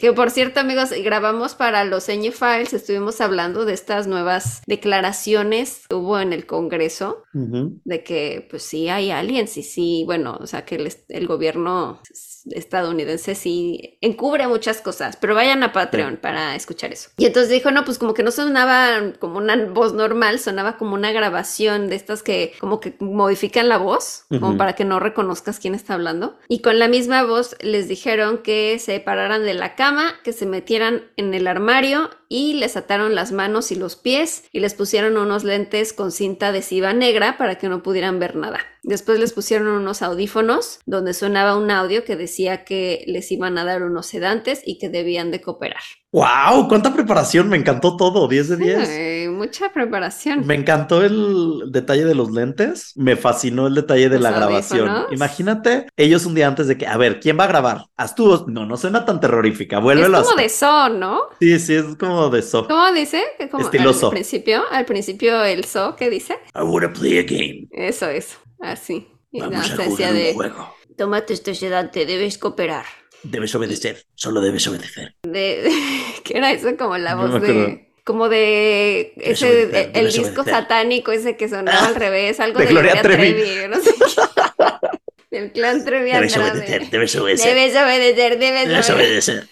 Speaker 3: que por cierto, amigos, grabamos para los Ñ Files, estuvimos hablando de estas nuevas declaraciones que hubo en el Congreso
Speaker 2: Ujú.
Speaker 3: de que pues sí hay aliens y sí, bueno, o sea que el, est- el gobierno s- estadounidense sí encubre muchas cosas, pero vayan a Patreon para escuchar eso. Y entonces dijo, no, pues como que no sonaba como una voz normal, sonaba como una grabación de estas que como que modifican la voz, como
Speaker 2: Ujú.
Speaker 3: para que no reconozcas quién está hablando. Y con la misma voz les dijeron que se pararan de la cama, que se metieran en el armario y les ataron las manos y los pies y les pusieron unos lentes con cinta adhesiva negra para que no pudieran ver nada. Después les pusieron unos audífonos donde sonaba un audio que decía que les iban a dar unos sedantes y que debían de cooperar.
Speaker 2: ¡Wow! ¡Cuánta preparación! Me encantó todo. 10 de 10.
Speaker 3: Ay, mucha preparación.
Speaker 2: Me encantó el detalle de los lentes, me fascinó el detalle de
Speaker 3: Los
Speaker 2: la grabación.
Speaker 3: audífonos.
Speaker 2: Imagínate, ellos un día antes de que, a ver, ¿quién va a grabar? Haz tú, voz. no, no suena tan terrorífica,
Speaker 3: es
Speaker 2: vuélvelo a
Speaker 3: como
Speaker 2: hacer.
Speaker 3: de son, ¿no?
Speaker 2: Sí, sí, es como de soft.
Speaker 3: ¿Cómo dice? Que como
Speaker 2: Estilo
Speaker 3: al
Speaker 2: so.
Speaker 3: principio, al principio el so, ¿qué dice?
Speaker 2: I wanna play a game.
Speaker 3: Eso es, así. Y
Speaker 2: Vamos
Speaker 3: nada,
Speaker 2: a
Speaker 3: se
Speaker 2: jugar
Speaker 3: decía
Speaker 2: un
Speaker 3: de,
Speaker 2: juego.
Speaker 3: tómate este sedante, debes cooperar.
Speaker 2: Debes obedecer, solo debes obedecer.
Speaker 3: De, que era eso como la
Speaker 2: No me
Speaker 3: voz
Speaker 2: acuerdo.
Speaker 3: de, como de ese,
Speaker 2: obedecer,
Speaker 3: el,
Speaker 2: debes
Speaker 3: disco
Speaker 2: obedecer.
Speaker 3: satánico ese que sonaba
Speaker 2: Ah,
Speaker 3: al revés, algo
Speaker 2: de
Speaker 3: de,
Speaker 2: Gloria Trevi.
Speaker 3: no sé qué. Del clan Trevi
Speaker 2: Debes
Speaker 3: Andrade.
Speaker 2: obedecer, debes obedecer.
Speaker 3: Debes obedecer, debes
Speaker 2: Debes
Speaker 3: obedecer.
Speaker 2: obedecer.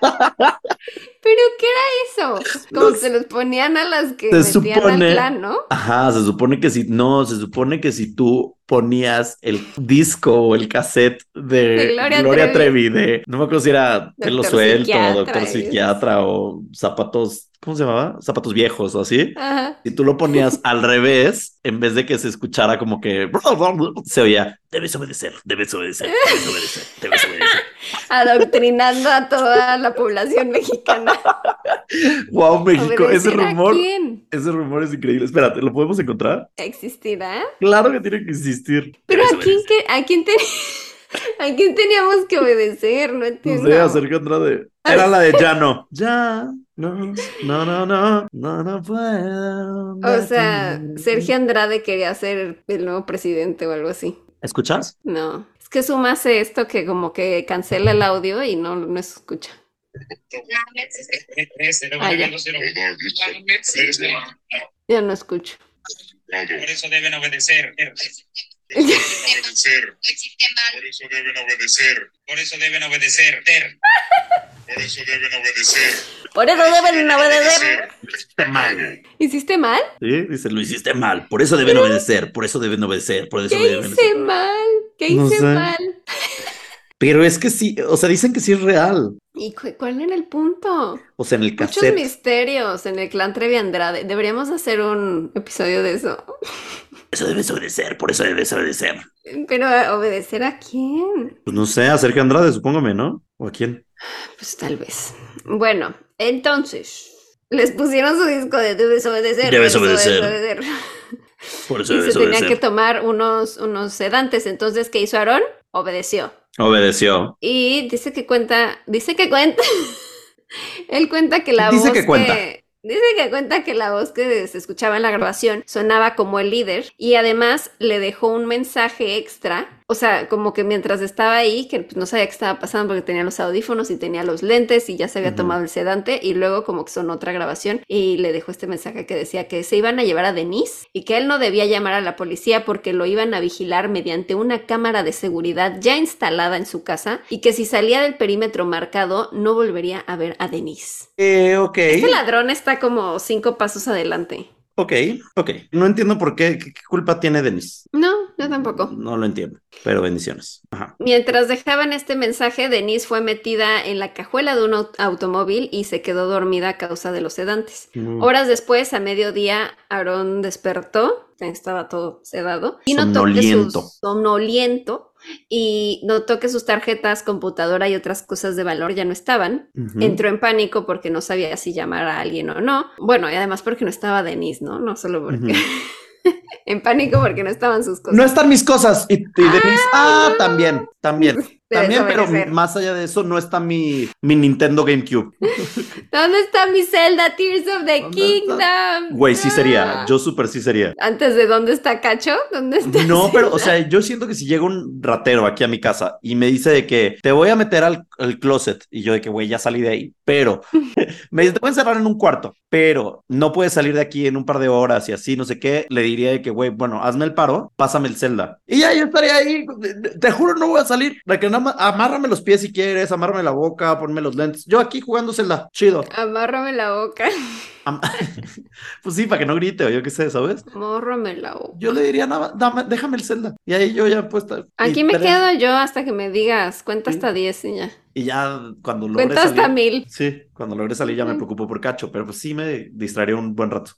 Speaker 3: ¿Pero qué era eso? Como
Speaker 2: No
Speaker 3: que se los ponían a las que
Speaker 2: Se
Speaker 3: metían al
Speaker 2: supone-
Speaker 3: clan, ¿no?
Speaker 2: Ajá, se supone que si no, se supone que si tú ponías el disco o el cassette de,
Speaker 3: De Gloria
Speaker 2: Gloria, Trevi, de no me acuerdo si era pelo
Speaker 3: Doctor
Speaker 2: suelto,
Speaker 3: Psiquiatra,
Speaker 2: doctor
Speaker 3: es.
Speaker 2: psiquiatra o zapatos, ¿cómo se llamaba? Zapatos viejos o así.
Speaker 3: Ajá.
Speaker 2: Si tú lo ponías al revés, en vez de que se escuchara como que se oía, debes obedecer, debes obedecer, debes obedecer, debes obedecer.
Speaker 3: Adoctrinando a toda la población mexicana.
Speaker 2: wow, México, ese
Speaker 3: ¿Obedecer a
Speaker 2: rumor,
Speaker 3: quién?
Speaker 2: ese rumor es increíble. Espérate, ¿lo podemos encontrar?
Speaker 3: ¿Existirá?
Speaker 2: Claro que tiene que existir.
Speaker 3: Pero
Speaker 2: Debes
Speaker 3: ¿a quién,
Speaker 2: obedecer.
Speaker 3: que- a, quién ten- ¿a quién teníamos que obedecer? No
Speaker 2: No
Speaker 3: entiendo.
Speaker 2: sé, acerca Andrade.
Speaker 3: Ah.
Speaker 2: Era la de ya no. Ya, no, no, no, no, no, no puedo.
Speaker 3: o sea, Sergio Andrade quería ser el nuevo presidente o algo así.
Speaker 2: ¿Escuchas?
Speaker 3: No. Es que Zoom hace esto que como que cancela el audio y no, no se escucha. Ah, ya. Ya no escucho.
Speaker 4: Por eso deben obedecer.
Speaker 5: obedecer. Por eso deben obedecer.
Speaker 4: Por eso deben obedecer.
Speaker 5: Por eso deben obedecer.
Speaker 3: Por eso deben obedecer.
Speaker 5: Obedecer. Está mal.
Speaker 3: ¿Hiciste mal?
Speaker 2: Sí, dice, lo hiciste mal. Por eso deben obedecer, por eso deben obedecer, por eso
Speaker 3: ¿Qué
Speaker 2: deben
Speaker 3: hice
Speaker 2: obedecer.
Speaker 3: mal? ¿Qué
Speaker 2: No
Speaker 3: hice
Speaker 2: sé.
Speaker 3: mal?
Speaker 2: Pero es que sí, o sea, dicen que sí es real.
Speaker 3: ¿Y cu- cuál era el punto?
Speaker 2: O sea, en el
Speaker 3: Muchos
Speaker 2: cassette.
Speaker 3: misterios en el clan Trevi Andrade. Deberíamos hacer un episodio de eso.
Speaker 2: Por eso debes obedecer, por eso debes obedecer.
Speaker 3: Pero ¿a- obedecer a quién?
Speaker 2: Pues no sé, a Sergio Andrade, supóngame, ¿no? ¿O a quién?
Speaker 3: Pues tal vez. Bueno, entonces les pusieron su disco de debes obedecer.
Speaker 2: Debes obedecer.
Speaker 3: obedecer.
Speaker 2: Por
Speaker 3: Y se tenía que tomar unos, unos sedantes. Entonces, ¿qué hizo Aarón? Obedeció.
Speaker 2: Obedeció.
Speaker 3: Y dice que cuenta, dice que cuenta. Él cuenta que la
Speaker 2: Dice
Speaker 3: voz
Speaker 2: que cuenta.
Speaker 3: dice que cuenta que la voz que se escuchaba en la grabación sonaba como el líder y además le dejó un mensaje extra O sea, como que mientras estaba ahí, que pues, no sabía qué estaba pasando porque tenía los audífonos y tenía los lentes y ya se había
Speaker 2: Ujú.
Speaker 3: tomado el sedante y luego como que sonó otra grabación y le dejó este mensaje que decía que se iban a llevar a Denise y que él no debía llamar a la policía porque lo iban a vigilar mediante una cámara de seguridad ya instalada en su casa y que si salía del perímetro marcado no volvería a ver a Denise.
Speaker 2: Eh, ok.
Speaker 3: Este ladrón está como cinco pasos adelante.
Speaker 2: Ok, ok. No entiendo por qué. ¿Qué qué culpa tiene Denise?
Speaker 3: No, yo tampoco.
Speaker 2: No lo entiendo, pero bendiciones. Ajá.
Speaker 3: Mientras dejaban este mensaje, Denise fue metida en la cajuela de un au- automóvil y se quedó dormida a causa de los sedantes.
Speaker 2: Mm.
Speaker 3: Horas después, a mediodía, Aarón despertó, estaba todo sedado, y notó que
Speaker 2: Somnoliento.
Speaker 3: sus somnoliento y notó que sus tarjetas, computadora y otras cosas de valor ya no estaban.
Speaker 2: Ujú.
Speaker 3: Entró en pánico porque no sabía si llamar a alguien o no. Bueno, y además porque no estaba Denise, ¿no? No solo porque. en pánico porque no estaban sus cosas.
Speaker 2: No están mis cosas. Y, y Denise, ah, también, también.
Speaker 3: Te
Speaker 2: También, pero
Speaker 3: desobedecer.
Speaker 2: más allá de eso, no está mi, mi Nintendo GameCube.
Speaker 3: ¿Dónde está mi Zelda Tears of the
Speaker 2: ¿Dónde
Speaker 3: Kingdom?
Speaker 2: Güey, sí sería.
Speaker 3: Ah.
Speaker 2: Yo súper sí sería.
Speaker 3: Antes de dónde está Cacho, ¿dónde está?
Speaker 2: No, pero, o sea, yo siento que si llega un ratero aquí a mi casa y me dice de que te voy a meter al, al closet y yo de que, güey, ya salí de ahí, pero me dice, te voy a encerrar en un cuarto, pero no puedes salir de aquí en un par de horas y así, no sé qué, le diría de que, güey, bueno, hazme el paro, pásame el celda. Y ya, yo estaría ahí, te juro, no voy a salir, de que nada más, amárrame los pies si quieres, amárrame la boca, ponme los lentes. Yo aquí jugando celda, chido.
Speaker 3: Amárrame la boca.
Speaker 2: Am- pues sí, para que no grite o yo qué sé, ¿sabes?
Speaker 3: Amárrame la boca.
Speaker 2: Yo le diría, nada, dame, déjame el celda. Y ahí yo ya puesta.
Speaker 3: Aquí
Speaker 2: y
Speaker 3: me
Speaker 2: tres-
Speaker 3: quedo yo hasta que me digas, cuenta
Speaker 2: Sí.
Speaker 3: hasta 10 y ya.
Speaker 2: Y ya cuando logre
Speaker 3: Cuenta hasta
Speaker 2: salir.
Speaker 3: mil.
Speaker 2: Sí, cuando logre salir ya me
Speaker 3: Ujú.
Speaker 2: preocupo por Cacho, pero pues sí me distraería un buen rato.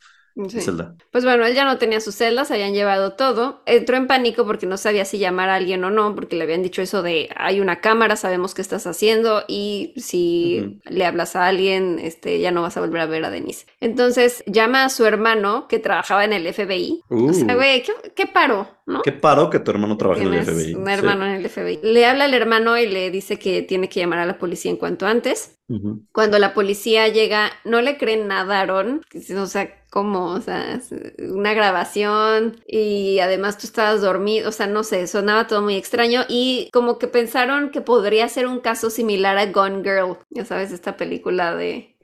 Speaker 3: Sí.
Speaker 2: Zelda.
Speaker 3: Pues bueno, él ya no tenía sus celdas, habían llevado todo. Entró en pánico porque no sabía si llamar a alguien o no, porque le habían dicho eso de hay una cámara, sabemos qué estás haciendo y si le hablas a alguien, este, ya no vas a volver a ver a Denise. Entonces llama a su hermano que trabajaba en el FBI. O sea,
Speaker 2: Uh.
Speaker 3: güey, ¿qué, qué paro, no?
Speaker 2: Qué paro que tu hermano trabaje en el
Speaker 3: Tienes
Speaker 2: FBI.
Speaker 3: un
Speaker 2: Sí.
Speaker 3: hermano en el FBI. Le habla al hermano y le dice que tiene que llamar a la policía en cuanto antes.
Speaker 2: Ujú.
Speaker 3: Cuando la policía llega, no le creen nada, Aaron. O sea, ¿cómo? O sea, es una grabación y además tú estabas dormido. O sea, no sé, sonaba todo muy extraño y como que pensaron que podría ser un caso similar a Gone Girl. Ya sabes, esta película de...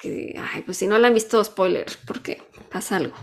Speaker 3: que- ay, pues si no la han visto, spoiler, porque pasa algo.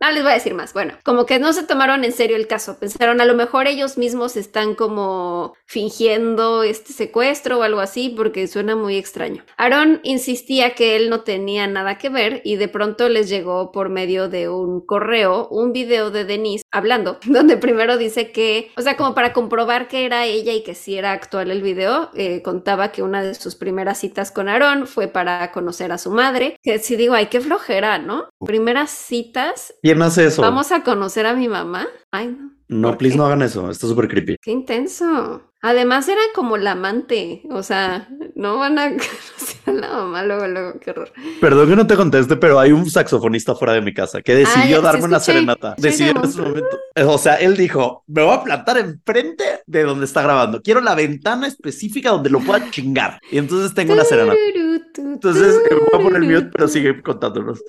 Speaker 3: No Ah, les voy a decir más. Bueno, como que no se tomaron en serio el caso. Pensaron, a lo mejor ellos mismos están como fingiendo este secuestro o algo así, porque suena muy extraño. Aaron insistía que él no tenía nada que ver y de pronto les llegó por medio de un correo un video de Denise hablando, donde primero dice que, o sea, como para comprobar que era ella y que sí era actual el video, eh, contaba que una de sus primeras citas con Aaron fue para conocer a su madre, que sí digo, ay, qué flojera, ¿no? Primeras citas
Speaker 2: ¿Quién hace eso?
Speaker 3: Vamos a conocer a mi mamá. Ay, no.
Speaker 2: no,
Speaker 3: ¿por
Speaker 2: please
Speaker 3: qué?
Speaker 2: no hagan eso. Está súper creepy.
Speaker 3: Qué intenso. Además era como la amante. O sea, no van a conocer a la mamá luego, luego, qué horror.
Speaker 2: Perdón que no te conteste, pero hay un saxofonista fuera de mi casa que decidió
Speaker 3: ya, sí
Speaker 2: darme una
Speaker 3: escuché.
Speaker 2: serenata.
Speaker 3: Sí,
Speaker 2: Decidió en
Speaker 3: como-
Speaker 2: ese momento. O sea, él dijo, me voy a plantar enfrente de donde está grabando. Quiero la ventana específica donde lo pueda chingar. Y entonces tengo una serenata.
Speaker 3: Tururú, tu,
Speaker 2: Entonces eh, voy a poner
Speaker 3: tururú,
Speaker 2: mute, pero sigue contándonos.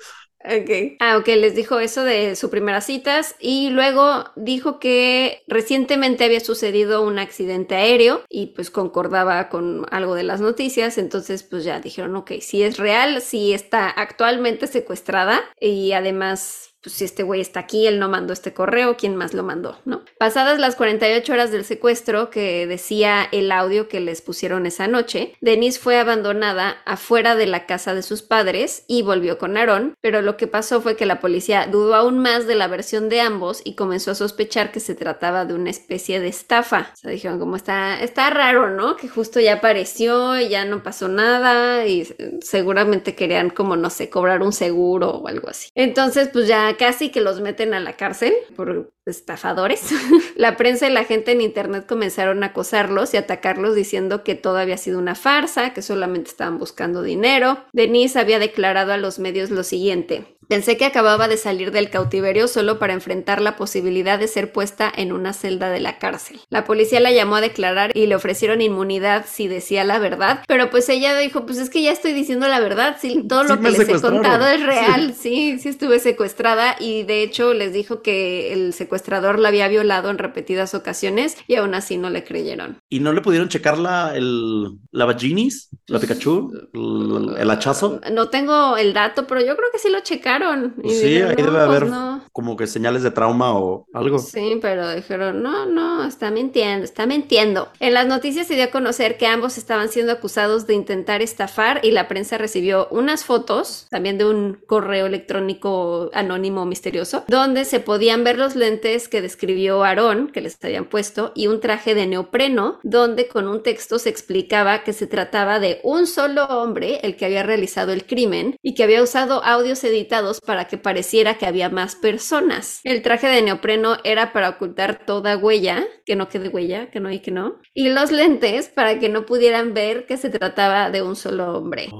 Speaker 3: Ok. Ah, ok, les dijo eso de sus primeras citas y luego dijo que recientemente había sucedido un accidente aéreo y pues concordaba con algo de las noticias, entonces pues ya dijeron, ok, si es real, si está actualmente secuestrada y además... Pues si este güey está aquí, él no mandó este correo, ¿quién más lo mandó? ¿No? Pasadas las 48 horas del secuestro que decía el audio que les pusieron esa noche, Denise fue abandonada afuera de la casa de sus padres y volvió con Aaron, pero lo que pasó fue que la policía dudó aún más de la versión de ambos y comenzó a sospechar que se trataba de una especie de estafa. O sea, dijeron como está, está raro, ¿no? Que justo ya apareció y ya no pasó nada y eh, seguramente querían como, no sé, cobrar un seguro o algo así. Entonces, pues ya casi que los meten a la cárcel por estafadores. La prensa y la gente en internet comenzaron a acosarlos y atacarlos diciendo que todo había sido una farsa, que solamente estaban buscando dinero. Denise había declarado a los medios lo siguiente. Pensé que acababa de salir del cautiverio solo para enfrentar la posibilidad de ser puesta en una celda de la cárcel. La policía la llamó a declarar y le ofrecieron inmunidad si decía la verdad, pero pues ella dijo, pues es que ya estoy diciendo la verdad, si todo
Speaker 2: Sí
Speaker 3: lo
Speaker 2: me
Speaker 3: que les he
Speaker 2: secuestraron.
Speaker 3: contado es real, sí, sí estuve secuestrada nada y de hecho les dijo que el secuestrador la había violado en repetidas ocasiones y aún así no le creyeron.
Speaker 2: ¿Y no le pudieron checar la, el, la vaginis? ¿La Pikachu? ¿El, el hachazo?
Speaker 3: No tengo el dato, pero yo creo que sí lo checaron. y
Speaker 2: Pues sí,
Speaker 3: dijeron,
Speaker 2: ahí
Speaker 3: "No,
Speaker 2: debe
Speaker 3: pues
Speaker 2: haber
Speaker 3: no".
Speaker 2: como que señales de trauma o algo.
Speaker 3: Sí, pero dijeron, no, no, está mintiendo, está mintiendo. En las noticias se dio a conocer que ambos estaban siendo acusados de intentar estafar y la prensa recibió unas fotos, también de un correo electrónico anónimo misterioso, donde se podían ver los lentes que describió Aarón, que les habían puesto, y un traje de neopreno, donde con un texto se explicaba que se trataba de un solo hombre, el que había realizado el crimen, y que había usado audios editados para que pareciera que había más personas. El traje de neopreno era para ocultar toda huella, que no quede huella, que no hay que no, y los lentes para que no pudieran ver que se trataba de un solo hombre.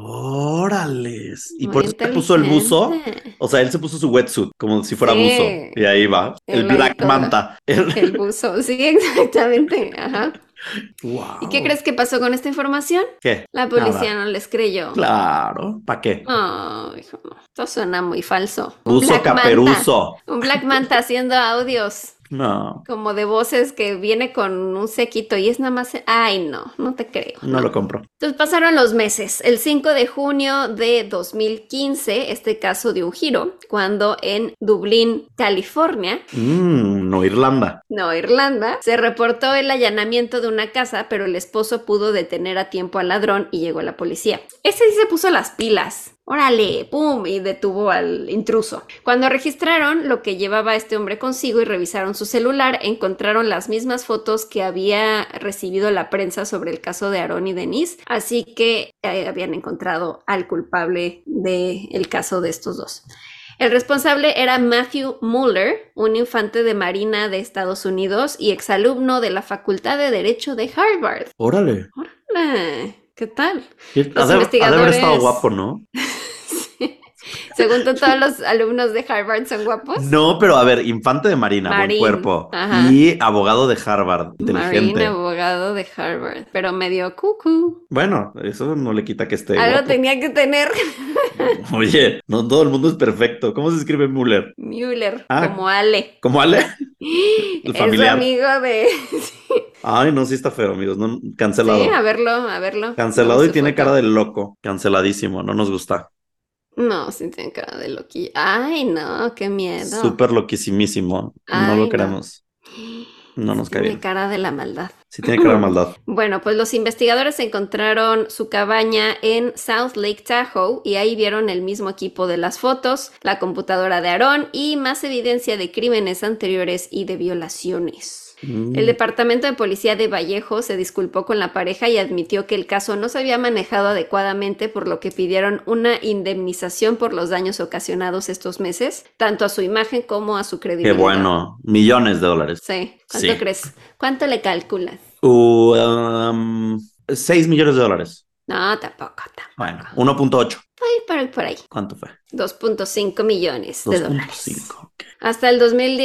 Speaker 2: Órales. Y
Speaker 3: Muy
Speaker 2: por eso se puso el buzo.
Speaker 3: inteligente.
Speaker 2: O sea, él se puso su wetsuit como si fuera
Speaker 3: Sí.
Speaker 2: buzo. Y ahí va.
Speaker 3: El
Speaker 2: El, Black
Speaker 3: ladito.
Speaker 2: Manta. El-
Speaker 3: El buzo, sí, exactamente. Ajá.
Speaker 2: Guau.
Speaker 3: ¿Y qué crees que pasó con esta información?
Speaker 2: ¿Qué?
Speaker 3: La policía no les creyó.
Speaker 2: Claro. ¿Para qué?
Speaker 3: No, hijo, no. Esto suena muy falso. Un
Speaker 2: Buzo
Speaker 3: Black Manta.
Speaker 2: caperuso.
Speaker 3: Un Black Manta haciendo audios
Speaker 2: No,
Speaker 3: como de voces que viene con un sequito y es nada más. Ay, no, no te creo.
Speaker 2: no lo compro.
Speaker 3: Entonces pasaron los meses. El 5 de junio de 2015, este caso dio un giro cuando en Dublín, California,
Speaker 2: Mm, no Irlanda.
Speaker 3: no, Irlanda, se reportó el allanamiento de una casa, pero el esposo pudo detener a tiempo al ladrón y llegó la policía. Ese sí se puso las pilas. Órale, ¡pum! y detuvo al intruso. Cuando registraron lo que llevaba este hombre consigo y revisaron su celular, encontraron las mismas fotos que había recibido la prensa sobre el caso de Aaron y Denise, así que eh, habían encontrado al culpable del caso de estos dos. El responsable era Matthew Muller, un infante de Marina de Estados Unidos y exalumno de la Facultad de Derecho de Harvard.
Speaker 2: Órale.
Speaker 3: Ah, ¿Qué tal?
Speaker 2: Ha de- ha de haber estado
Speaker 3: investigadores-
Speaker 2: guapo, ¿no?
Speaker 3: Según tú, todos los alumnos de Harvard son guapos.
Speaker 2: No, pero a ver, infante de Marina,
Speaker 3: Marín,
Speaker 2: buen cuerpo.
Speaker 3: ajá.
Speaker 2: Y abogado de Harvard, inteligente.
Speaker 3: Marina, abogado de Harvard, pero medio cucú.
Speaker 2: Bueno, eso no le quita que esté.
Speaker 3: Algo
Speaker 2: guapo.
Speaker 3: tenía que tener
Speaker 2: Oye, no todo el mundo es perfecto. ¿Cómo se escribe Müller?
Speaker 3: Mueller,
Speaker 2: Ah.
Speaker 3: como Ale.
Speaker 2: ¿Como Ale?
Speaker 3: Es
Speaker 2: familiar.
Speaker 3: amigo de...
Speaker 2: Ay, no, sí está feo, amigos. No, cancelado.
Speaker 3: Sí, a verlo, a verlo.
Speaker 2: Cancelado y
Speaker 3: Su
Speaker 2: tiene
Speaker 3: foto.
Speaker 2: cara de loco. Canceladísimo, no nos gusta.
Speaker 3: No, sí tiene cara de loquillo. Ay, no, qué miedo.
Speaker 2: Súper loquísimísimo. No
Speaker 3: Ay,
Speaker 2: lo
Speaker 3: no.
Speaker 2: queremos. No nos cae
Speaker 3: Tiene
Speaker 2: bien.
Speaker 3: cara de la maldad.
Speaker 2: Sí tiene cara de maldad.
Speaker 3: Bueno, pues los investigadores encontraron su cabaña en South Lake Tahoe y ahí vieron el mismo equipo de las fotos, la computadora de Aarón y más evidencia de crímenes anteriores y de violaciones.
Speaker 2: Mm.
Speaker 3: El departamento de policía de Vallejo se disculpó con la pareja y admitió que el caso no se había manejado adecuadamente, por lo que pidieron una indemnización por los daños ocasionados estos meses, tanto a su imagen como a su
Speaker 2: Qué
Speaker 3: credibilidad.
Speaker 2: bueno. Millones de dólares.
Speaker 3: Sí. ¿Cuánto
Speaker 2: Sí.
Speaker 3: crees? ¿Cuánto le calculas?
Speaker 2: Uh, um, 6 millones de dólares.
Speaker 3: No, tampoco, tampoco.
Speaker 2: Bueno, 1.8.
Speaker 3: Ay, por, por ahí.
Speaker 2: ¿Cuánto fue?
Speaker 3: 2.5 millones de dólares.
Speaker 2: 2.5. ok.
Speaker 3: Hasta el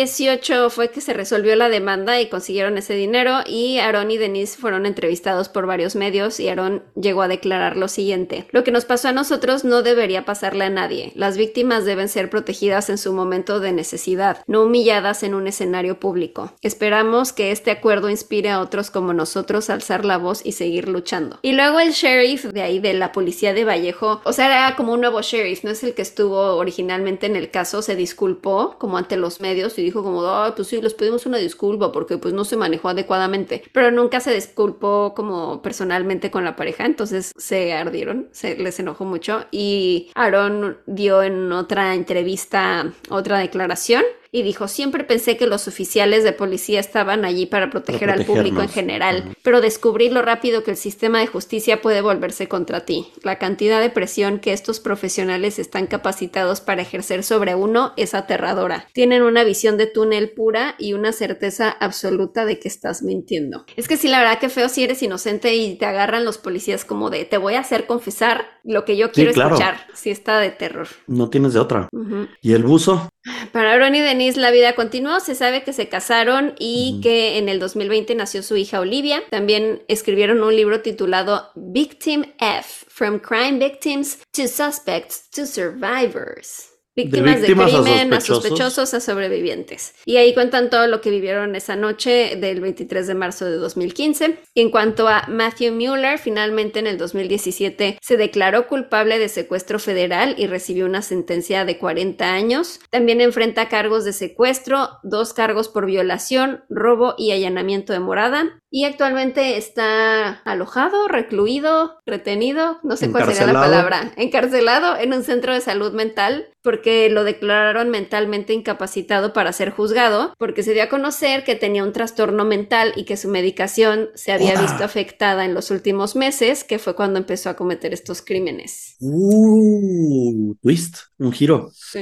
Speaker 3: 2018 fue que se resolvió la demanda y consiguieron ese dinero y Aaron y Denise fueron entrevistados por varios medios y Aaron llegó a declarar lo siguiente. Lo que nos pasó a nosotros no debería pasarle a nadie. Las víctimas deben ser protegidas en su momento de necesidad, no humilladas en un escenario público. Esperamos que este acuerdo inspire a otros como nosotros a alzar la voz y seguir luchando. Y luego el sheriff de ahí de la policía de Vallejo, o sea, era como un nuevo sheriff, no es el que estuvo originalmente en el caso, se disculpó como ante los medios y dijo como, "Ay, pues sí, les pedimos una disculpa porque pues no se manejó adecuadamente, pero nunca se disculpó como personalmente con la pareja, entonces se ardieron, se les enojó mucho y Aaron dio en otra entrevista otra declaración y dijo, siempre pensé que los oficiales de policía estaban allí para proteger al público en
Speaker 2: protegernos.
Speaker 3: general,
Speaker 2: Ujú.
Speaker 3: pero descubrí lo rápido que el sistema de justicia puede volverse contra ti. La cantidad de presión que estos profesionales están capacitados para ejercer sobre uno es aterradora. Tienen una visión de túnel pura y una certeza absoluta de que estás mintiendo. Es que sí, la verdad que feo si eres inocente y te agarran los policías como de te voy a hacer confesar lo que yo quiero
Speaker 2: claro.
Speaker 3: escuchar. Sí está de terror.
Speaker 2: No tienes de otra.
Speaker 3: Ujú.
Speaker 2: ¿Y el buzo?
Speaker 3: Para Aaron y Denise la vida continuó, se sabe que se casaron y
Speaker 2: Ujú.
Speaker 3: que en el 2020 nació su hija Olivia. También escribieron un libro titulado Victim F, From Crime Victims to Suspects to Survivors. Víctimas de,
Speaker 2: víctimas a
Speaker 3: crimen, a
Speaker 2: sospechosos.
Speaker 3: sospechosos, a sobrevivientes. Y ahí cuentan todo lo que vivieron esa noche del 23 de marzo de 2015. Y en cuanto a Matthew Mueller, finalmente en el 2017 se declaró culpable de secuestro federal y recibió una sentencia de 40 años. También enfrenta cargos de secuestro, dos cargos por violación, robo y allanamiento de morada. Y actualmente está alojado, recluido, retenido, no sé cuál sería la
Speaker 2: Encarcelado.
Speaker 3: palabra encarcelado en un centro de salud mental porque lo declararon mentalmente incapacitado para ser juzgado, porque se dio a conocer que tenía un trastorno mental y que su medicación se había
Speaker 2: Ora.
Speaker 3: visto afectada en los últimos meses, que fue cuando empezó a cometer estos crímenes.
Speaker 2: Uh, twist, un giro.
Speaker 3: Sí.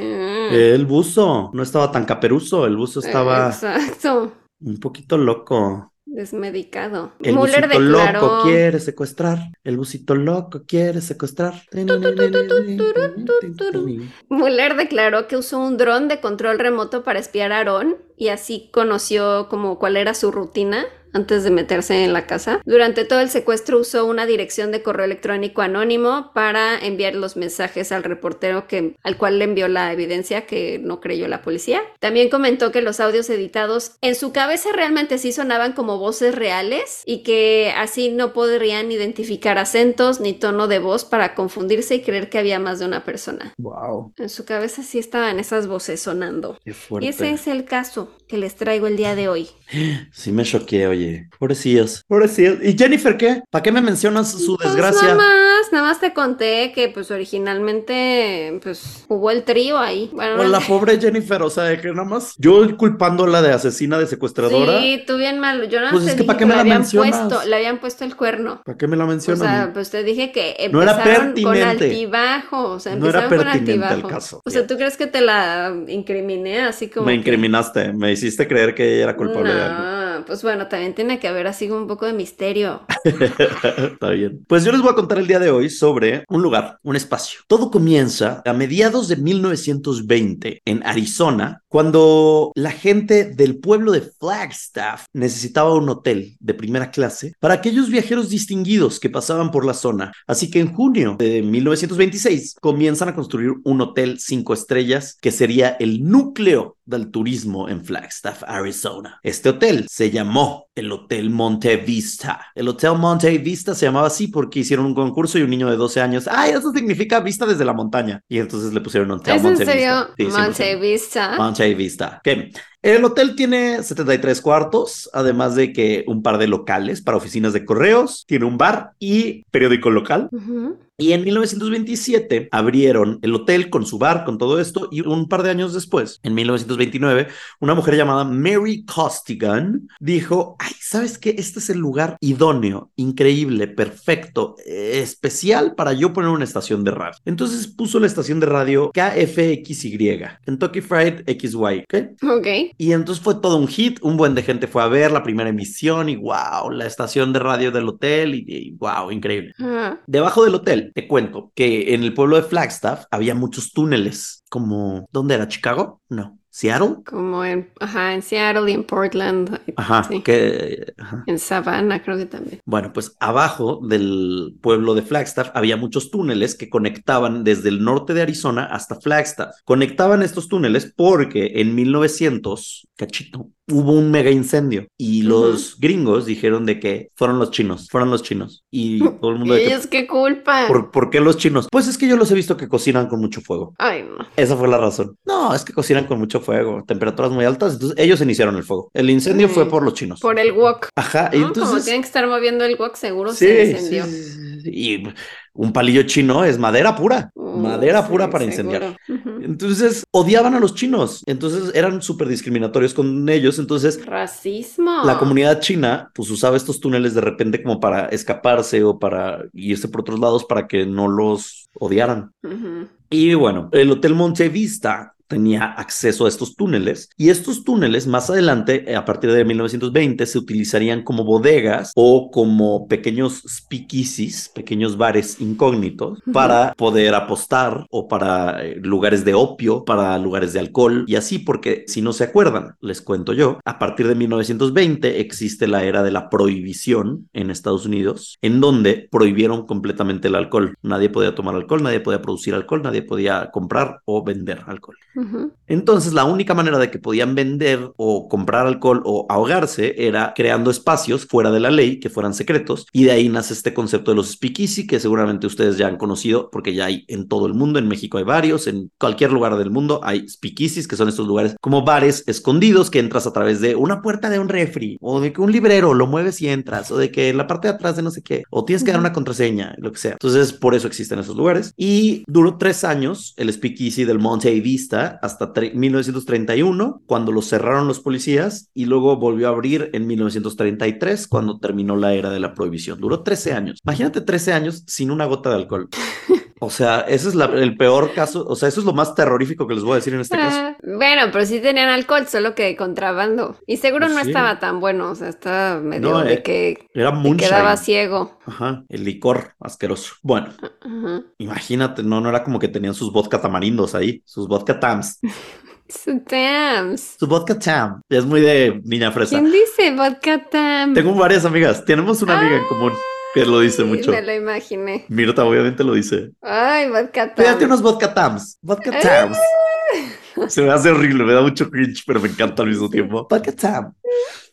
Speaker 2: El buzo no estaba tan caperuso, el buzo Eh, estaba
Speaker 3: Eh, Exacto,
Speaker 2: un poquito loco.
Speaker 3: desmedicado.
Speaker 2: El
Speaker 3: Mueller
Speaker 2: bucito
Speaker 3: declaró...
Speaker 2: loco quiere secuestrar. El bucito loco quiere secuestrar.
Speaker 3: Mueller declaró que usó un dron de control remoto para espiar a Aaron y así conoció como cuál era su rutina antes de meterse en la casa. Durante todo el secuestro usó una dirección de correo electrónico anónimo para enviar los mensajes al reportero que, al cual le envió la evidencia que no creyó la policía. También comentó que los audios editados en su cabeza realmente sí sonaban como voces reales y que así no podrían identificar acentos ni tono de voz para confundirse y creer que había más de una persona.
Speaker 2: Wow,
Speaker 3: En su cabeza sí estaban esas voces sonando.
Speaker 2: qué
Speaker 3: Y
Speaker 2: fuerte.
Speaker 3: ese es el caso que les traigo el día de hoy.
Speaker 2: Sí me choqué, oye. Pobrecillos. Pobrecillos. ¿Y Jennifer qué? ¿Para qué me mencionas su
Speaker 3: Pues
Speaker 2: desgracia?
Speaker 3: nada más, nada más te conté que pues originalmente pues hubo el trío ahí. Bueno,
Speaker 2: O la pobre Jennifer, o sea, de que nada más yo culpándola de asesina, de secuestradora.
Speaker 3: sí, tú bien malo. Yo no
Speaker 2: Pues
Speaker 3: te
Speaker 2: es que
Speaker 3: dije
Speaker 2: ¿para qué me
Speaker 3: le
Speaker 2: la
Speaker 3: habían
Speaker 2: mencionas?
Speaker 3: puesto, le habían puesto el cuerno.
Speaker 2: ¿Para qué me la
Speaker 3: O
Speaker 2: mencionan?
Speaker 3: sea, pues te dije que
Speaker 2: No era
Speaker 3: empezaron con
Speaker 2: pertinente.
Speaker 3: altibajo, o sea,
Speaker 2: No era
Speaker 3: empezaron con
Speaker 2: pertinente el
Speaker 3: altibajo.
Speaker 2: caso.
Speaker 3: O sea, ¿tú crees que te la incriminé así como
Speaker 2: me
Speaker 3: que-
Speaker 2: incriminaste, me hiciste creer que ella era culpable de algo.
Speaker 3: No, pues bueno, también tiene que haber así un poco de misterio.
Speaker 2: Está bien. Pues yo les voy a contar el día de hoy sobre un lugar, un espacio. Todo comienza a mediados de 1920 en Arizona, cuando la gente del pueblo de Flagstaff necesitaba un hotel de primera clase para aquellos viajeros distinguidos que pasaban por la zona. Así que en junio de 1926 comienzan a construir un hotel cinco estrellas que sería el núcleo del turismo en Flagstaff, Arizona. Este hotel se llamó el Hotel Monte Vista. El Hotel Monte Vista se llamaba así porque hicieron un concurso y un niño de 12 años, ay, eso significa vista desde la montaña. Y entonces le pusieron Hotel
Speaker 3: ¿Es en
Speaker 2: Monte
Speaker 3: serio?
Speaker 2: Vista. Sí, 100%.
Speaker 3: Monte Vista.
Speaker 2: Monte Vista. Ok. El hotel tiene 73 cuartos, además de que un par de locales para oficinas de correos, tiene un bar y periódico local.
Speaker 3: Ujú.
Speaker 2: Y en 1927 abrieron el hotel con su bar, con todo esto, y un par de años después, en 1929, una mujer llamada Mary Costigan dijo, ay, ¿sabes qué? Este es el lugar idóneo, increíble, perfecto, eh, especial para yo poner una estación de radio. Entonces puso la estación de radio KFXY, Kentucky Fried XY, ¿ok?
Speaker 3: Ok.
Speaker 2: Y entonces fue todo un hit, un buen de gente fue a ver la primera emisión y wow, la estación de radio del hotel y, y wow, increíble.
Speaker 3: Ajá.
Speaker 2: Debajo del hotel, te cuento que en el pueblo de Flagstaff había muchos túneles, como, ¿dónde era? ¿Chicago? No. ¿Seattle?
Speaker 3: Como en, ajá, en Seattle y en Portland.
Speaker 2: Ajá,
Speaker 3: sí.
Speaker 2: que... ajá.
Speaker 3: En Savannah creo que también.
Speaker 2: Bueno, pues abajo del pueblo de Flagstaff había muchos túneles que conectaban desde el norte de Arizona hasta Flagstaff. Conectaban estos túneles porque en 1900, cachito, hubo un mega incendio y los gringos dijeron de que fueron los chinos, fueron los chinos. Y todo el mundo de
Speaker 3: Y
Speaker 2: que,
Speaker 3: es que culpa.
Speaker 2: ¿por, ¿por qué los chinos? Pues es que yo los he visto que cocinan con mucho fuego.
Speaker 3: Ay, no.
Speaker 2: Esa fue la razón. No, es que cocinan con mucho fuego, temperaturas muy altas, entonces ellos iniciaron el fuego. El incendio
Speaker 3: Mm.
Speaker 2: fue por los chinos.
Speaker 3: Por el wok.
Speaker 2: Ajá, y
Speaker 3: ¿no? Como
Speaker 2: entonces...
Speaker 3: tienen que estar moviendo el wok, seguro
Speaker 2: Sí,
Speaker 3: se encendió.
Speaker 2: sí, sí, sí. Y un palillo chino es madera pura,
Speaker 3: Uh,
Speaker 2: madera
Speaker 3: sí,
Speaker 2: pura para
Speaker 3: seguro.
Speaker 2: incendiar.
Speaker 3: Ujú.
Speaker 2: Entonces odiaban a los chinos, entonces eran súper discriminatorios con ellos, entonces
Speaker 3: Racismo.
Speaker 2: la comunidad china pues usaba estos túneles de repente como para escaparse o para irse por otros lados para que no los odiaran.
Speaker 3: Ujú.
Speaker 2: Y bueno, el Hotel Monte Vista tenía acceso a estos túneles y estos túneles más adelante, eh, a partir de 1920, se utilizarían como bodegas o como pequeños speakeasies, pequeños bares incógnitos
Speaker 3: Ujú.
Speaker 2: para poder apostar o para eh, lugares de opio, para lugares de alcohol y así, porque si no se acuerdan, les cuento yo, a partir de 1920 existe la era de la prohibición en Estados Unidos, en donde prohibieron completamente el alcohol. Nadie podía tomar alcohol, nadie podía producir alcohol, nadie podía comprar o vender alcohol.
Speaker 3: Ujú.
Speaker 2: Entonces, la única manera de que podían vender o comprar alcohol o ahogarse era creando espacios fuera de la ley que fueran secretos. Y de ahí nace este concepto de los speakeasy, que seguramente ustedes ya han conocido, porque ya hay en todo el mundo. En México hay varios, en cualquier lugar del mundo hay speakeasies, que son estos lugares como bares escondidos que entras a través de una puerta de un refri o de que un librero lo mueves y entras, o de que la parte de atrás de no sé qué, o tienes que dar
Speaker 3: Ujú.
Speaker 2: una contraseña, lo que sea. Entonces, por eso existen esos lugares. Y duró tres años el speakeasy del Monte Vista hasta tre- 1931, cuando lo cerraron los policías, y luego volvió a abrir en 1933, cuando terminó la era de la prohibición. Duró 13 años. Imagínate 13 años sin una gota de alcohol. O sea, ese es la- el peor caso. O sea, eso es lo más terrorífico que les voy a decir en este caso.
Speaker 3: Ah, bueno, pero sí tenían alcohol, solo que de contrabando. Y seguro
Speaker 2: Pues
Speaker 3: no
Speaker 2: sí.
Speaker 3: estaba tan bueno, o sea, estaba medio
Speaker 2: No,
Speaker 3: de
Speaker 2: eh,
Speaker 3: que
Speaker 2: Era
Speaker 3: te
Speaker 2: moonshine.
Speaker 3: quedaba ciego.
Speaker 2: Ajá, el licor asqueroso. Bueno,
Speaker 3: Ajá.
Speaker 2: imagínate, no, no era como que tenían sus vodka tamarindos ahí, sus vodka tams.
Speaker 3: Su Tams.
Speaker 2: Su vodka tam. Es muy de niña fresa.
Speaker 3: ¿Quién dice vodka Tam?
Speaker 2: Tengo varias amigas. Tenemos una amiga en común que lo dice mucho.
Speaker 3: Me lo imaginé.
Speaker 2: Mirta obviamente lo dice.
Speaker 3: Ay, vodka Tam.
Speaker 2: Pídate unos vodka tams. Vodka tams. Se me hace horrible, me da mucho cringe, pero me encanta al mismo tiempo. Vodka tam.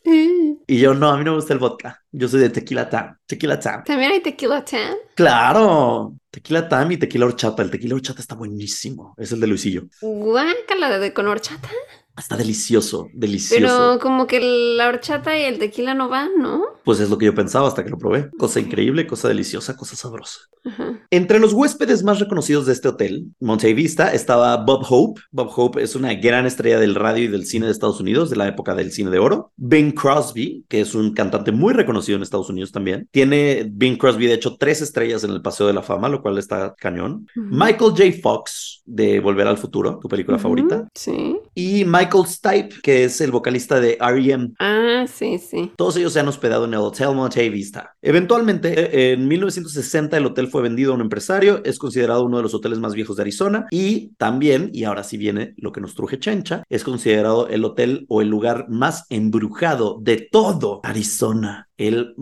Speaker 3: Mm.
Speaker 2: Y yo no, a mí no me gusta el vodka. Yo soy de tequila tam. Tequila tam.
Speaker 3: También hay tequila Tam.
Speaker 2: Claro. Tequila tam y tequila horchata. El tequila horchata está buenísimo. Es el de Luisillo.
Speaker 3: Guácala de con horchata.
Speaker 2: Está delicioso, delicioso.
Speaker 3: Pero como que la horchata y el tequila no van, ¿no?
Speaker 2: Pues es lo que yo pensaba hasta que lo probé. Cosa increíble, cosa deliciosa, cosa sabrosa.
Speaker 3: Ajá.
Speaker 2: Entre los huéspedes más reconocidos de este hotel, Monte Vista, estaba Bob Hope. Bob Hope es una gran estrella del radio y del cine de Estados Unidos, de la época del cine de oro. Bing Crosby, que es un cantante muy reconocido en Estados Unidos también. Tiene Bing Crosby, de hecho, tres estrellas en el Paseo de la Fama, lo cual está cañón.
Speaker 3: Ujú.
Speaker 2: Michael J. Fox, de Volver al Futuro, tu película
Speaker 3: Ujú.
Speaker 2: favorita.
Speaker 3: Sí.
Speaker 2: Y Michael Stipe, que es el vocalista de E R.E.M.
Speaker 3: Ah, sí, sí.
Speaker 2: Todos ellos se han hospedado en el Hotel Monte Vista. Eventualmente, eh, en 1960 el hotel fue vendido a un empresario, es considerado uno de los hoteles más viejos de Arizona y también, y ahora sí viene lo que nos truje Chencha, es considerado el hotel o el lugar más embrujado de todo Arizona, el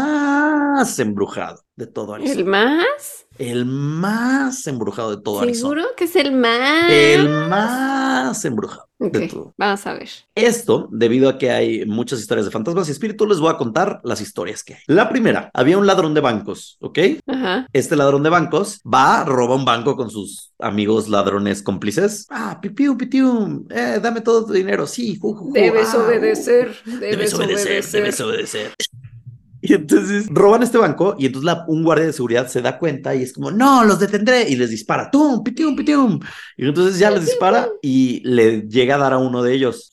Speaker 2: más embrujado de todo
Speaker 3: ¿El
Speaker 2: Arizona,
Speaker 3: más?
Speaker 2: el, más embrujado de todo Arizona,
Speaker 3: ¿Seguro que es el más?
Speaker 2: el más embrujado de
Speaker 3: Ok,
Speaker 2: todo.
Speaker 3: vamos a ver.
Speaker 2: Esto, debido a que hay muchas historias de fantasmas y espíritus, les voy a contar las historias que hay. La primera, había un ladrón de bancos, ¿ok?
Speaker 3: Ajá.
Speaker 2: Este ladrón de bancos va, roba un banco con sus amigos ladrones cómplices. Ah, pipiu, pitiu, eh, dame todo tu dinero, sí. ju, ju, ju,
Speaker 3: Debes
Speaker 2: ah, uh,
Speaker 3: obedecer,
Speaker 2: debes
Speaker 3: debes
Speaker 2: obedecer, debes
Speaker 3: obedecer.
Speaker 2: obedecer. Y entonces roban este banco y entonces la- un guardia de seguridad se da cuenta y es como, no, los detendré y les dispara, tum, pitium, pitium. Y entonces ya les dispara y le llega a dar a uno de ellos.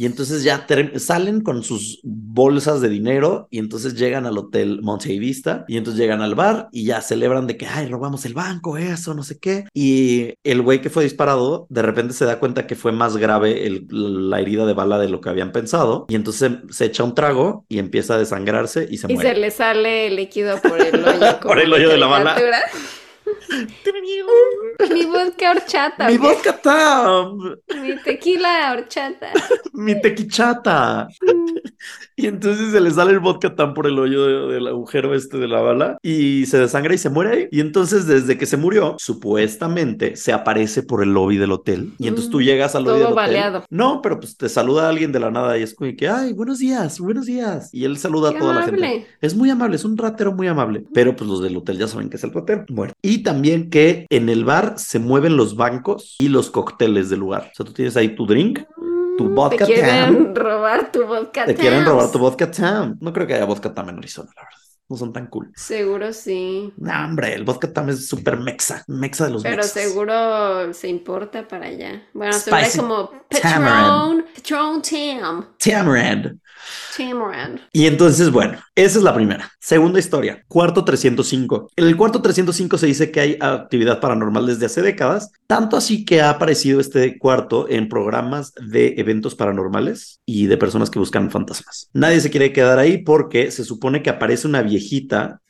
Speaker 2: Y entonces ya ter- salen con sus bolsas de dinero y entonces llegan al hotel Monte Vista y entonces llegan al bar y ya celebran de que, ay, robamos el banco, eso, no sé qué. Y el güey que fue disparado de repente se da cuenta que fue más grave el- la herida de bala de lo que habían pensado y entonces se, se echa un trago y empieza a desangrarse y se
Speaker 3: Y
Speaker 2: muere.
Speaker 3: se le sale el líquido por el hoyo. como
Speaker 2: Por el hoyo de la bala.
Speaker 3: caricatura. Mi vodka horchata.
Speaker 2: Mi
Speaker 3: ok.
Speaker 2: vodka tam,
Speaker 3: Mi tequila horchata.
Speaker 2: mi tequichata. Y entonces se le sale el vodka tan por el hoyo de- del agujero este de la bala y se desangra y se muere ahí. Y entonces desde que se murió, supuestamente se aparece por el lobby del hotel. Y entonces tú
Speaker 3: Mm,
Speaker 2: llegas al lobby
Speaker 3: todo
Speaker 2: del hotel.
Speaker 3: baleado.
Speaker 2: No, pero pues te saluda alguien de la nada y es como que, ay, buenos días, buenos días. Y él saluda a
Speaker 3: Qué
Speaker 2: toda la gente.
Speaker 3: amable.
Speaker 2: Es muy amable, es un ratero muy amable, pero pues los del hotel ya saben que es el ratero. Bueno, y también que en el bar se mueven los bancos y los cócteles del lugar. O sea, tú tienes ahí tu drink, Tu
Speaker 3: Mm,
Speaker 2: vodka
Speaker 3: Te quieren robar tu vodka.
Speaker 2: te quieren
Speaker 3: Tams.
Speaker 2: robar tu vodka tam. No creo que haya vodka tam en Arizona, la verdad. No son tan cool.
Speaker 3: Seguro sí.
Speaker 2: No, hombre, el vodka tam es súper mexa, mexa de los
Speaker 3: Pero
Speaker 2: mexas.
Speaker 3: seguro se importa para allá. Bueno, seguro hay
Speaker 2: Spicy
Speaker 3: como
Speaker 2: tamarind.
Speaker 3: Patron, Patron Tam.
Speaker 2: Tamarind.
Speaker 3: Tamran.
Speaker 2: Y entonces, bueno, esa es la primera. Segunda historia, cuarto 305. En el cuarto 305 se dice que hay actividad paranormal desde hace décadas, tanto así que ha aparecido este cuarto en programas de eventos paranormales y de personas que buscan fantasmas. Nadie se quiere quedar ahí porque se supone que aparece una viejita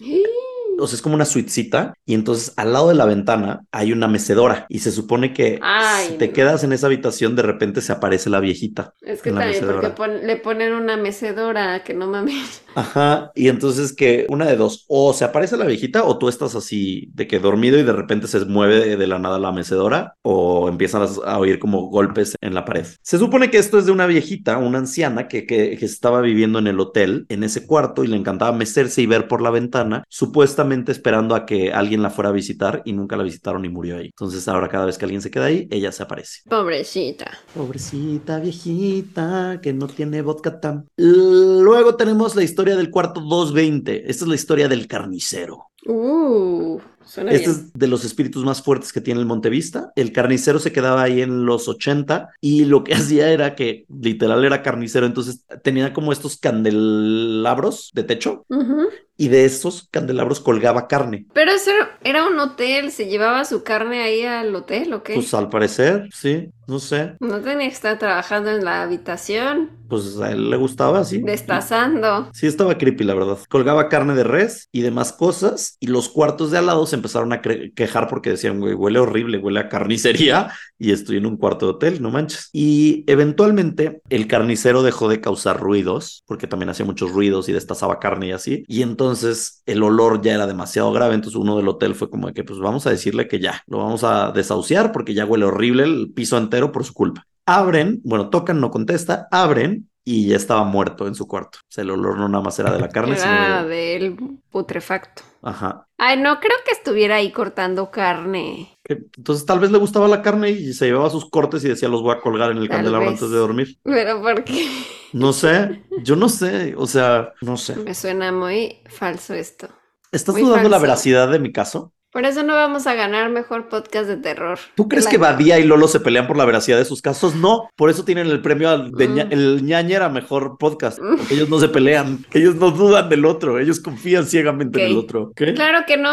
Speaker 2: o sea, es como una suitecita y entonces al lado de la ventana hay una mecedora y se supone que
Speaker 3: Ay,
Speaker 2: si te
Speaker 3: no.
Speaker 2: quedas en esa habitación de repente se aparece la viejita.
Speaker 3: Es que
Speaker 2: en la
Speaker 3: también porque
Speaker 2: mecedora.
Speaker 3: pon- le ponen una mecedora que no mames.
Speaker 2: Ajá, y entonces que una de dos, o se aparece la viejita o tú estás así de que dormido y de repente se mueve de, de la nada la mecedora o empiezan a, a oír como golpes en la pared. Se supone que esto es de una viejita, una anciana que, que, que estaba viviendo en el hotel, en ese cuarto, y le encantaba mecerse y ver por la ventana, supuestamente esperando a que alguien la fuera a visitar y nunca la visitaron y murió ahí. Entonces ahora cada vez que alguien se queda ahí, ella se aparece.
Speaker 3: Pobrecita.
Speaker 2: Pobrecita viejita que no tiene vodka tan. Luego tenemos la historia del cuarto 220. Esta es la historia del carnicero.
Speaker 3: Uh, suena
Speaker 2: Este
Speaker 3: bien.
Speaker 2: es de los espíritus más fuertes que tiene el Montevista. El carnicero se quedaba ahí en los 80 y lo que hacía era que literal era carnicero. Entonces tenía como estos candelabros de techo
Speaker 3: Ujú.
Speaker 2: y de esos candelabros colgaba carne.
Speaker 3: Pero eso era- era un hotel, se llevaba su carne ahí al hotel, ¿o qué?
Speaker 2: Pues al parecer, sí, no sé.
Speaker 3: No tenía que estar trabajando en la habitación,
Speaker 2: Pues a él le gustaba, sí.
Speaker 3: destazando.
Speaker 2: Sí, estaba creepy, la verdad. Colgaba carne de res y demás cosas, y los cuartos de al lado se empezaron a cre- quejar porque decían, güey, huele horrible, huele a carnicería, y estoy en un cuarto de hotel, no manches. Y eventualmente el carnicero dejó de causar ruidos, porque también hacía muchos ruidos y destazaba carne y así, y entonces el olor ya era demasiado grave, entonces uno del hotel fue como de que, pues vamos a decirle que ya, lo vamos a desahuciar porque ya huele horrible el piso entero por su culpa. Abren, bueno, tocan, no contesta, abren y ya estaba muerto en su cuarto. O sea, el olor no nada más era de la carne,
Speaker 3: Era
Speaker 2: sino de...
Speaker 3: del putrefacto.
Speaker 2: Ajá.
Speaker 3: Ay, no creo que estuviera ahí cortando carne.
Speaker 2: Que- Entonces tal vez le gustaba la carne y se llevaba sus cortes y decía, los voy a colgar en el
Speaker 3: Tal
Speaker 2: candelabro
Speaker 3: vez.
Speaker 2: antes de dormir.
Speaker 3: Pero porque
Speaker 2: No sé, yo no sé, o sea, no sé.
Speaker 3: me suena muy falso esto.
Speaker 2: ¿Estás
Speaker 3: Muy
Speaker 2: dudando la
Speaker 3: falso.
Speaker 2: veracidad de mi caso?
Speaker 3: Por eso no vamos a ganar mejor podcast de terror.
Speaker 2: ¿Tú crees
Speaker 3: La-
Speaker 2: que Badía y Lolo se pelean por la veracidad de sus casos? No, por eso tienen el premio al de ña-
Speaker 3: Mm.
Speaker 2: el ñañera mejor podcast.
Speaker 3: Mm.
Speaker 2: porque Ellos no se pelean, ellos no dudan del otro, ellos confían ciegamente en el
Speaker 3: Ok.
Speaker 2: otro. ¿ok?
Speaker 3: Claro que no,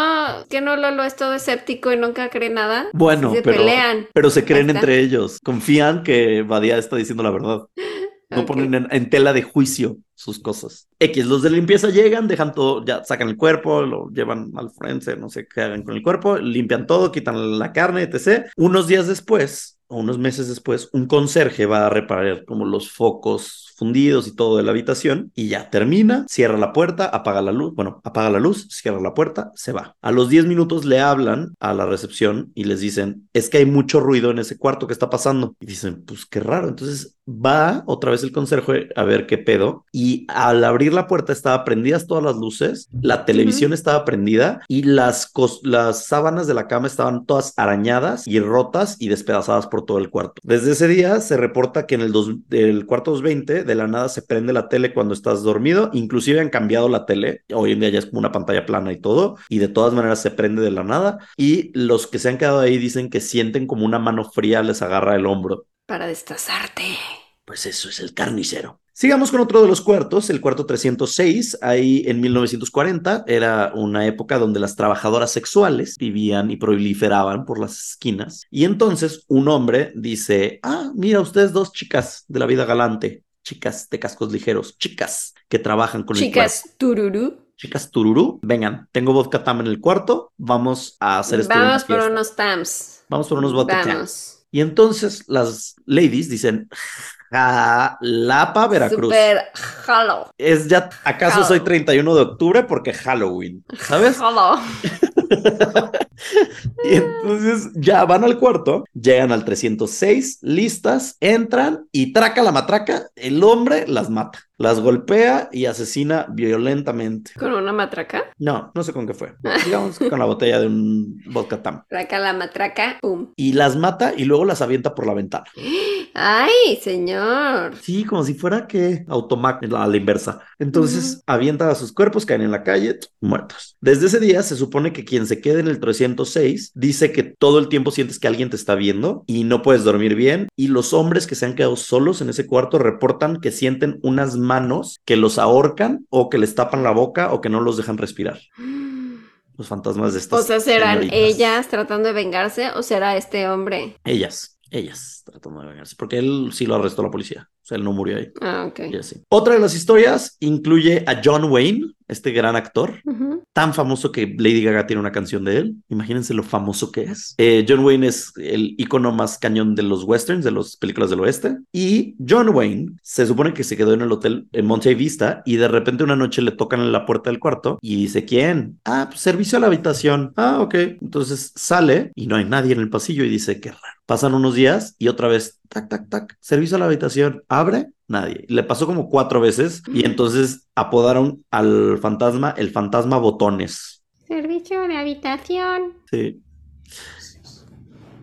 Speaker 3: que no Lolo es todo escéptico y nunca cree nada.
Speaker 2: Bueno,
Speaker 3: Sí se
Speaker 2: pero,
Speaker 3: pelean.
Speaker 2: pero se creen
Speaker 3: Ya está.
Speaker 2: entre ellos, confían que Badía está diciendo la verdad. No
Speaker 3: Ok.
Speaker 2: ponen en, en tela de juicio sus cosas. X, los de limpieza llegan, dejan todo, ya sacan el cuerpo, lo llevan al frente, no sé qué hagan con el cuerpo, limpian todo, quitan la carne, etc. Unos días después, o unos meses después, un conserje va a reparar como los focos fundidos y todo de la habitación y ya termina, cierra la puerta, apaga la luz, bueno, apaga la luz, cierra la puerta, se va. A los 10 minutos le hablan a la recepción y les dicen, es que hay mucho ruido en ese cuarto, ¿qué está pasando? Y dicen, pues qué raro. Entonces va otra vez el conserje a ver qué pedo y al abrir la puerta estaba prendidas todas las luces, la televisión estaba prendida y las, cos- las sábanas de la cama estaban todas arañadas y rotas y despedazadas por todo el cuarto. Desde ese día se reporta que en el, dos, el cuarto 220 de la nada se prende la tele cuando estás dormido, inclusive han cambiado la tele, hoy en día ya es como una pantalla plana y todo, y de todas maneras se prende de la nada y los que se han quedado ahí dicen que sienten como una mano fría les agarra el hombro.
Speaker 3: Para destazarte.
Speaker 2: Pues eso es el carnicero. Sigamos con otro de los cuartos, el cuarto 306, ahí en 1940 era una época donde las trabajadoras sexuales vivían y proliferaban por las esquinas. Y entonces un hombre dice, ah, mira ustedes dos chicas de la vida galante, chicas de cascos ligeros, chicas que trabajan con el cuerpo.
Speaker 3: Chicas, tururú.
Speaker 2: Chicas tururú, vengan, tengo vodka tam en el cuarto, vamos a hacer esto de una
Speaker 3: Vamos por
Speaker 2: fiesta.
Speaker 3: unos tams.
Speaker 2: Vamos por unos vodka tams.
Speaker 3: Vamos.
Speaker 2: Y entonces las ladies dicen, Jalapa, Veracruz.
Speaker 3: Super jalo.
Speaker 2: Es ya, ¿acaso soy 31 de octubre? Porque Halloween, ¿sabes?
Speaker 3: Jalo.
Speaker 2: Y entonces ya van al cuarto, llegan al 306, listas, entran y traca la matraca, el hombre las mata, las golpea y asesina violentamente.
Speaker 3: Con una matraca.
Speaker 2: No, no sé con qué fue. Digamos que con la botella de un vodka tam.
Speaker 3: Traca la matraca. Pum.
Speaker 2: Y las mata y luego las avienta por la ventana.
Speaker 3: Ay, señor.
Speaker 2: Sí, como si fuera que automac a la inversa. Entonces avienta a sus cuerpos, caen en la calle, tsk, muertos. Desde ese día se supone que quien se quede en el 306 dice que todo el tiempo sientes que alguien te está viendo y no puedes dormir bien. Y los hombres que se han quedado solos en ese cuarto reportan que sienten unas manos que los ahorcan o que les tapan la boca o que no los dejan respirar. Los fantasmas de estas.
Speaker 3: O sea, Pues, ¿serán
Speaker 2: señoritas.
Speaker 3: ellas tratando de vengarse o será este hombre?
Speaker 2: Ellas, ellas tratando de vengarse, porque él sí lo arrestó la policía. O sea, él no murió ahí.
Speaker 3: Ah, ok.
Speaker 2: Y así. Otra de las historias incluye a John Wayne, este gran actor,
Speaker 3: Ujú.
Speaker 2: tan famoso que Lady Gaga tiene una canción de él. Imagínense lo famoso que es. Eh, John Wayne es el icono más cañón de los westerns, de las películas del oeste. Y John Wayne se supone que se quedó en el hotel en Monte Vista y de repente una noche le tocan en la puerta del cuarto y dice, ¿quién? Ah, pues, servicio a la habitación. Ah, ok. Entonces sale y no hay nadie en el pasillo y dice, qué raro. Pasan unos días y otra vez, tac, tac, tac, servicio a la habitación, abre, nadie. Le pasó como cuatro veces y entonces apodaron al fantasma el fantasma botones.
Speaker 3: Servicio de habitación.
Speaker 2: Sí.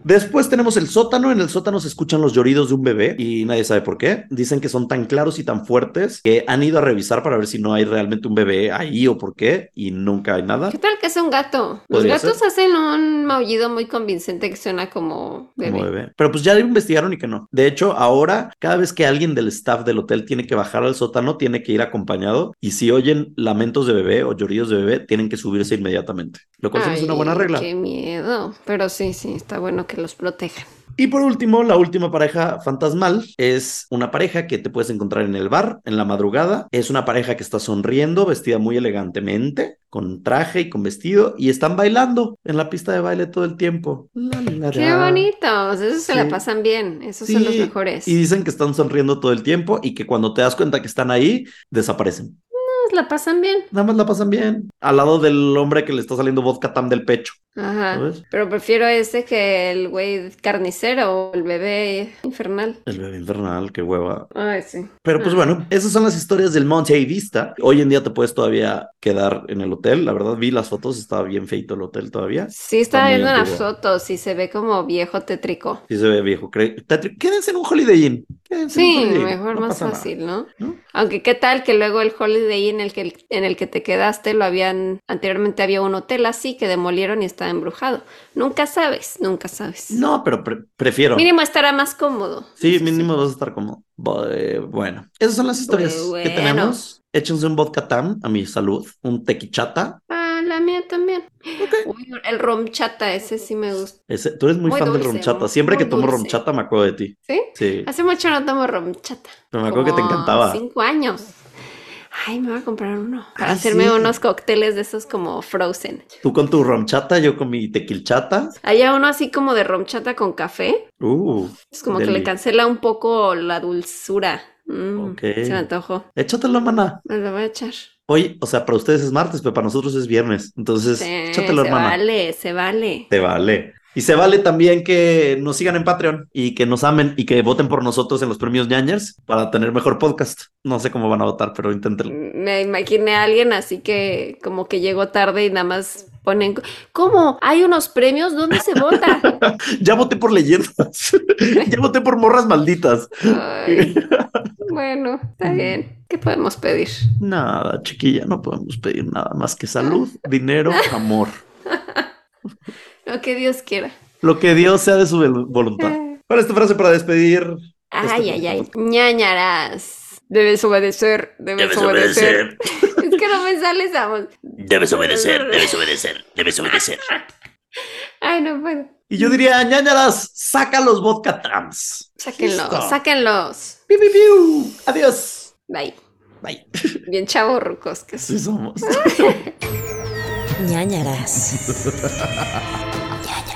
Speaker 2: Después tenemos el sótano. En el sótano se escuchan los lloridos de un bebé y nadie sabe por qué. Dicen que son tan claros y tan fuertes que han ido a revisar para ver si no hay realmente un bebé ahí o por qué y nunca hay nada.
Speaker 3: ¿Qué tal que es un gato? Los
Speaker 2: Podría
Speaker 3: gatos hacen un maullido muy convincente que suena como bebé.
Speaker 2: Como bebé. Pero pues ya lo investigaron y que no. De hecho, ahora cada vez que alguien del staff del hotel tiene que bajar al sótano, tiene que ir acompañado. Y si oyen lamentos de bebé o lloridos de bebé, tienen que subirse inmediatamente. Lo cual se me hace pues, una buena
Speaker 3: Ay,
Speaker 2: regla.
Speaker 3: Qué miedo. Pero sí, sí, está bueno que los protejan.
Speaker 2: Y por último, la última pareja fantasmal es una pareja que te puedes encontrar en el bar en la madrugada. Es una pareja que está sonriendo, vestida muy elegantemente, con traje y con vestido, y están bailando en la pista de baile todo el tiempo. La, la,
Speaker 3: Qué
Speaker 2: la.
Speaker 3: bonitos. Esos se la
Speaker 2: Sí.
Speaker 3: pasan bien. Esos son los
Speaker 2: Sí,
Speaker 3: mejores.
Speaker 2: Y dicen que están sonriendo todo el tiempo y que cuando te das cuenta que están ahí, desaparecen.
Speaker 3: Esos la pasan bien.
Speaker 2: Nada más la pasan bien. Al lado del hombre que le está saliendo vodka tam del pecho.
Speaker 3: Ajá.
Speaker 2: ¿Sabes?
Speaker 3: Pero prefiero ese que el güey carnicero o el bebé infernal.
Speaker 2: El bebé infernal, qué hueva.
Speaker 3: Ay, sí.
Speaker 2: Pero pues
Speaker 3: Ah.
Speaker 2: bueno, esas son las historias del Monte Vista. Hoy en día te puedes todavía quedar en el hotel. La verdad, vi las fotos, estaba bien feito el hotel todavía.
Speaker 3: Sí, estaba
Speaker 2: muy
Speaker 3: viendo unas
Speaker 2: antiguo.
Speaker 3: fotos y se ve como viejo tétrico.
Speaker 2: Sí se ve viejo. cre- tetri- Quédense en un Holiday Inn. Quédense en un
Speaker 3: Sí,
Speaker 2: Holiday Inn,
Speaker 3: mejor,
Speaker 2: no
Speaker 3: más
Speaker 2: pasa nada,
Speaker 3: fácil, ¿no?
Speaker 2: ¿no?
Speaker 3: Aunque qué tal que luego el Holiday Inn en el que, en el que te quedaste lo habían, anteriormente había un hotel así que demolieron y estaba embrujado. Nunca sabes, nunca sabes.
Speaker 2: No, pero pre- prefiero.
Speaker 3: Mínimo estará más cómodo.
Speaker 2: Sí,
Speaker 3: Eso
Speaker 2: mínimo vas a estar como. bo- eh, Bueno, esas son las historias
Speaker 3: Bueno.
Speaker 2: que tenemos. Échense un vodka tam a mi salud, un tequichata.
Speaker 3: Ah, la mía también. Uy, el romchata, ese sí me gusta.
Speaker 2: Ese- tú eres muy,
Speaker 3: Muy
Speaker 2: fan del
Speaker 3: dulce,
Speaker 2: romchata. Siempre
Speaker 3: muy
Speaker 2: que tomo
Speaker 3: dulce.
Speaker 2: romchata me acuerdo de ti.
Speaker 3: ¿Sí?
Speaker 2: Sí,
Speaker 3: Hace mucho no tomo romchata.
Speaker 2: pero me acuerdo que te
Speaker 3: como
Speaker 2: encantaba.
Speaker 3: Cinco años. Ay, me voy a comprar uno. Para
Speaker 2: Ah,
Speaker 3: hacerme
Speaker 2: sí.
Speaker 3: unos cócteles de esos como frozen.
Speaker 2: Tú con tu romchata, yo con mi tequilchata.
Speaker 3: Había uno así como de romchata con café.
Speaker 2: Uh,
Speaker 3: Es como que
Speaker 2: Deli.
Speaker 3: le cancela un poco la dulzura. Mm,
Speaker 2: Ok.
Speaker 3: Se me antojó.
Speaker 2: échatelo, maná.
Speaker 3: Me lo voy a echar.
Speaker 2: Hoy, o sea, para ustedes es martes, pero para nosotros es viernes. Entonces,
Speaker 3: Sí,
Speaker 2: échatelo,
Speaker 3: se
Speaker 2: hermana.
Speaker 3: vale, se vale.
Speaker 2: Te vale. Y se vale también que nos sigan en Patreon y que nos amen y que voten por nosotros en los premios ñañers para tener mejor podcast. No sé cómo van a votar, pero inténtenlo.
Speaker 3: Me imaginé a alguien así que como que llegó tarde y nada más ponen... ¿Cómo? ¿Hay unos premios? ¿Dónde se vota?
Speaker 2: Ya voté por leyendas. ya voté por morras malditas.
Speaker 3: Ay, bueno, está bien. ¿Qué podemos pedir?
Speaker 2: Nada, chiquilla, no podemos pedir nada más que salud, dinero, amor.
Speaker 3: Lo que Dios quiera. Eh.
Speaker 2: Lo que Dios sea de su vel- voluntad. ¿Cuál es tu frase para despedir?
Speaker 3: Ay,
Speaker 2: Este-
Speaker 3: ay, ay. Ñañaras. Debes obedecer, debes, obedecer. Es que no me sale esa voz.
Speaker 1: Debes obedecer, debes obedecer, debes obedecer.
Speaker 3: Ay, no pues, puedo.
Speaker 2: Y yo diría, ñañaras, saca los vodka trans.
Speaker 3: Sáquenlos,
Speaker 2: Listo.
Speaker 3: sáquenlos.
Speaker 2: Piu, piu, piu. Adiós.
Speaker 3: Bye.
Speaker 2: Bye.
Speaker 3: Bien chavo rucos que
Speaker 2: Sí somos.
Speaker 6: Ñañaras. Ñañaras.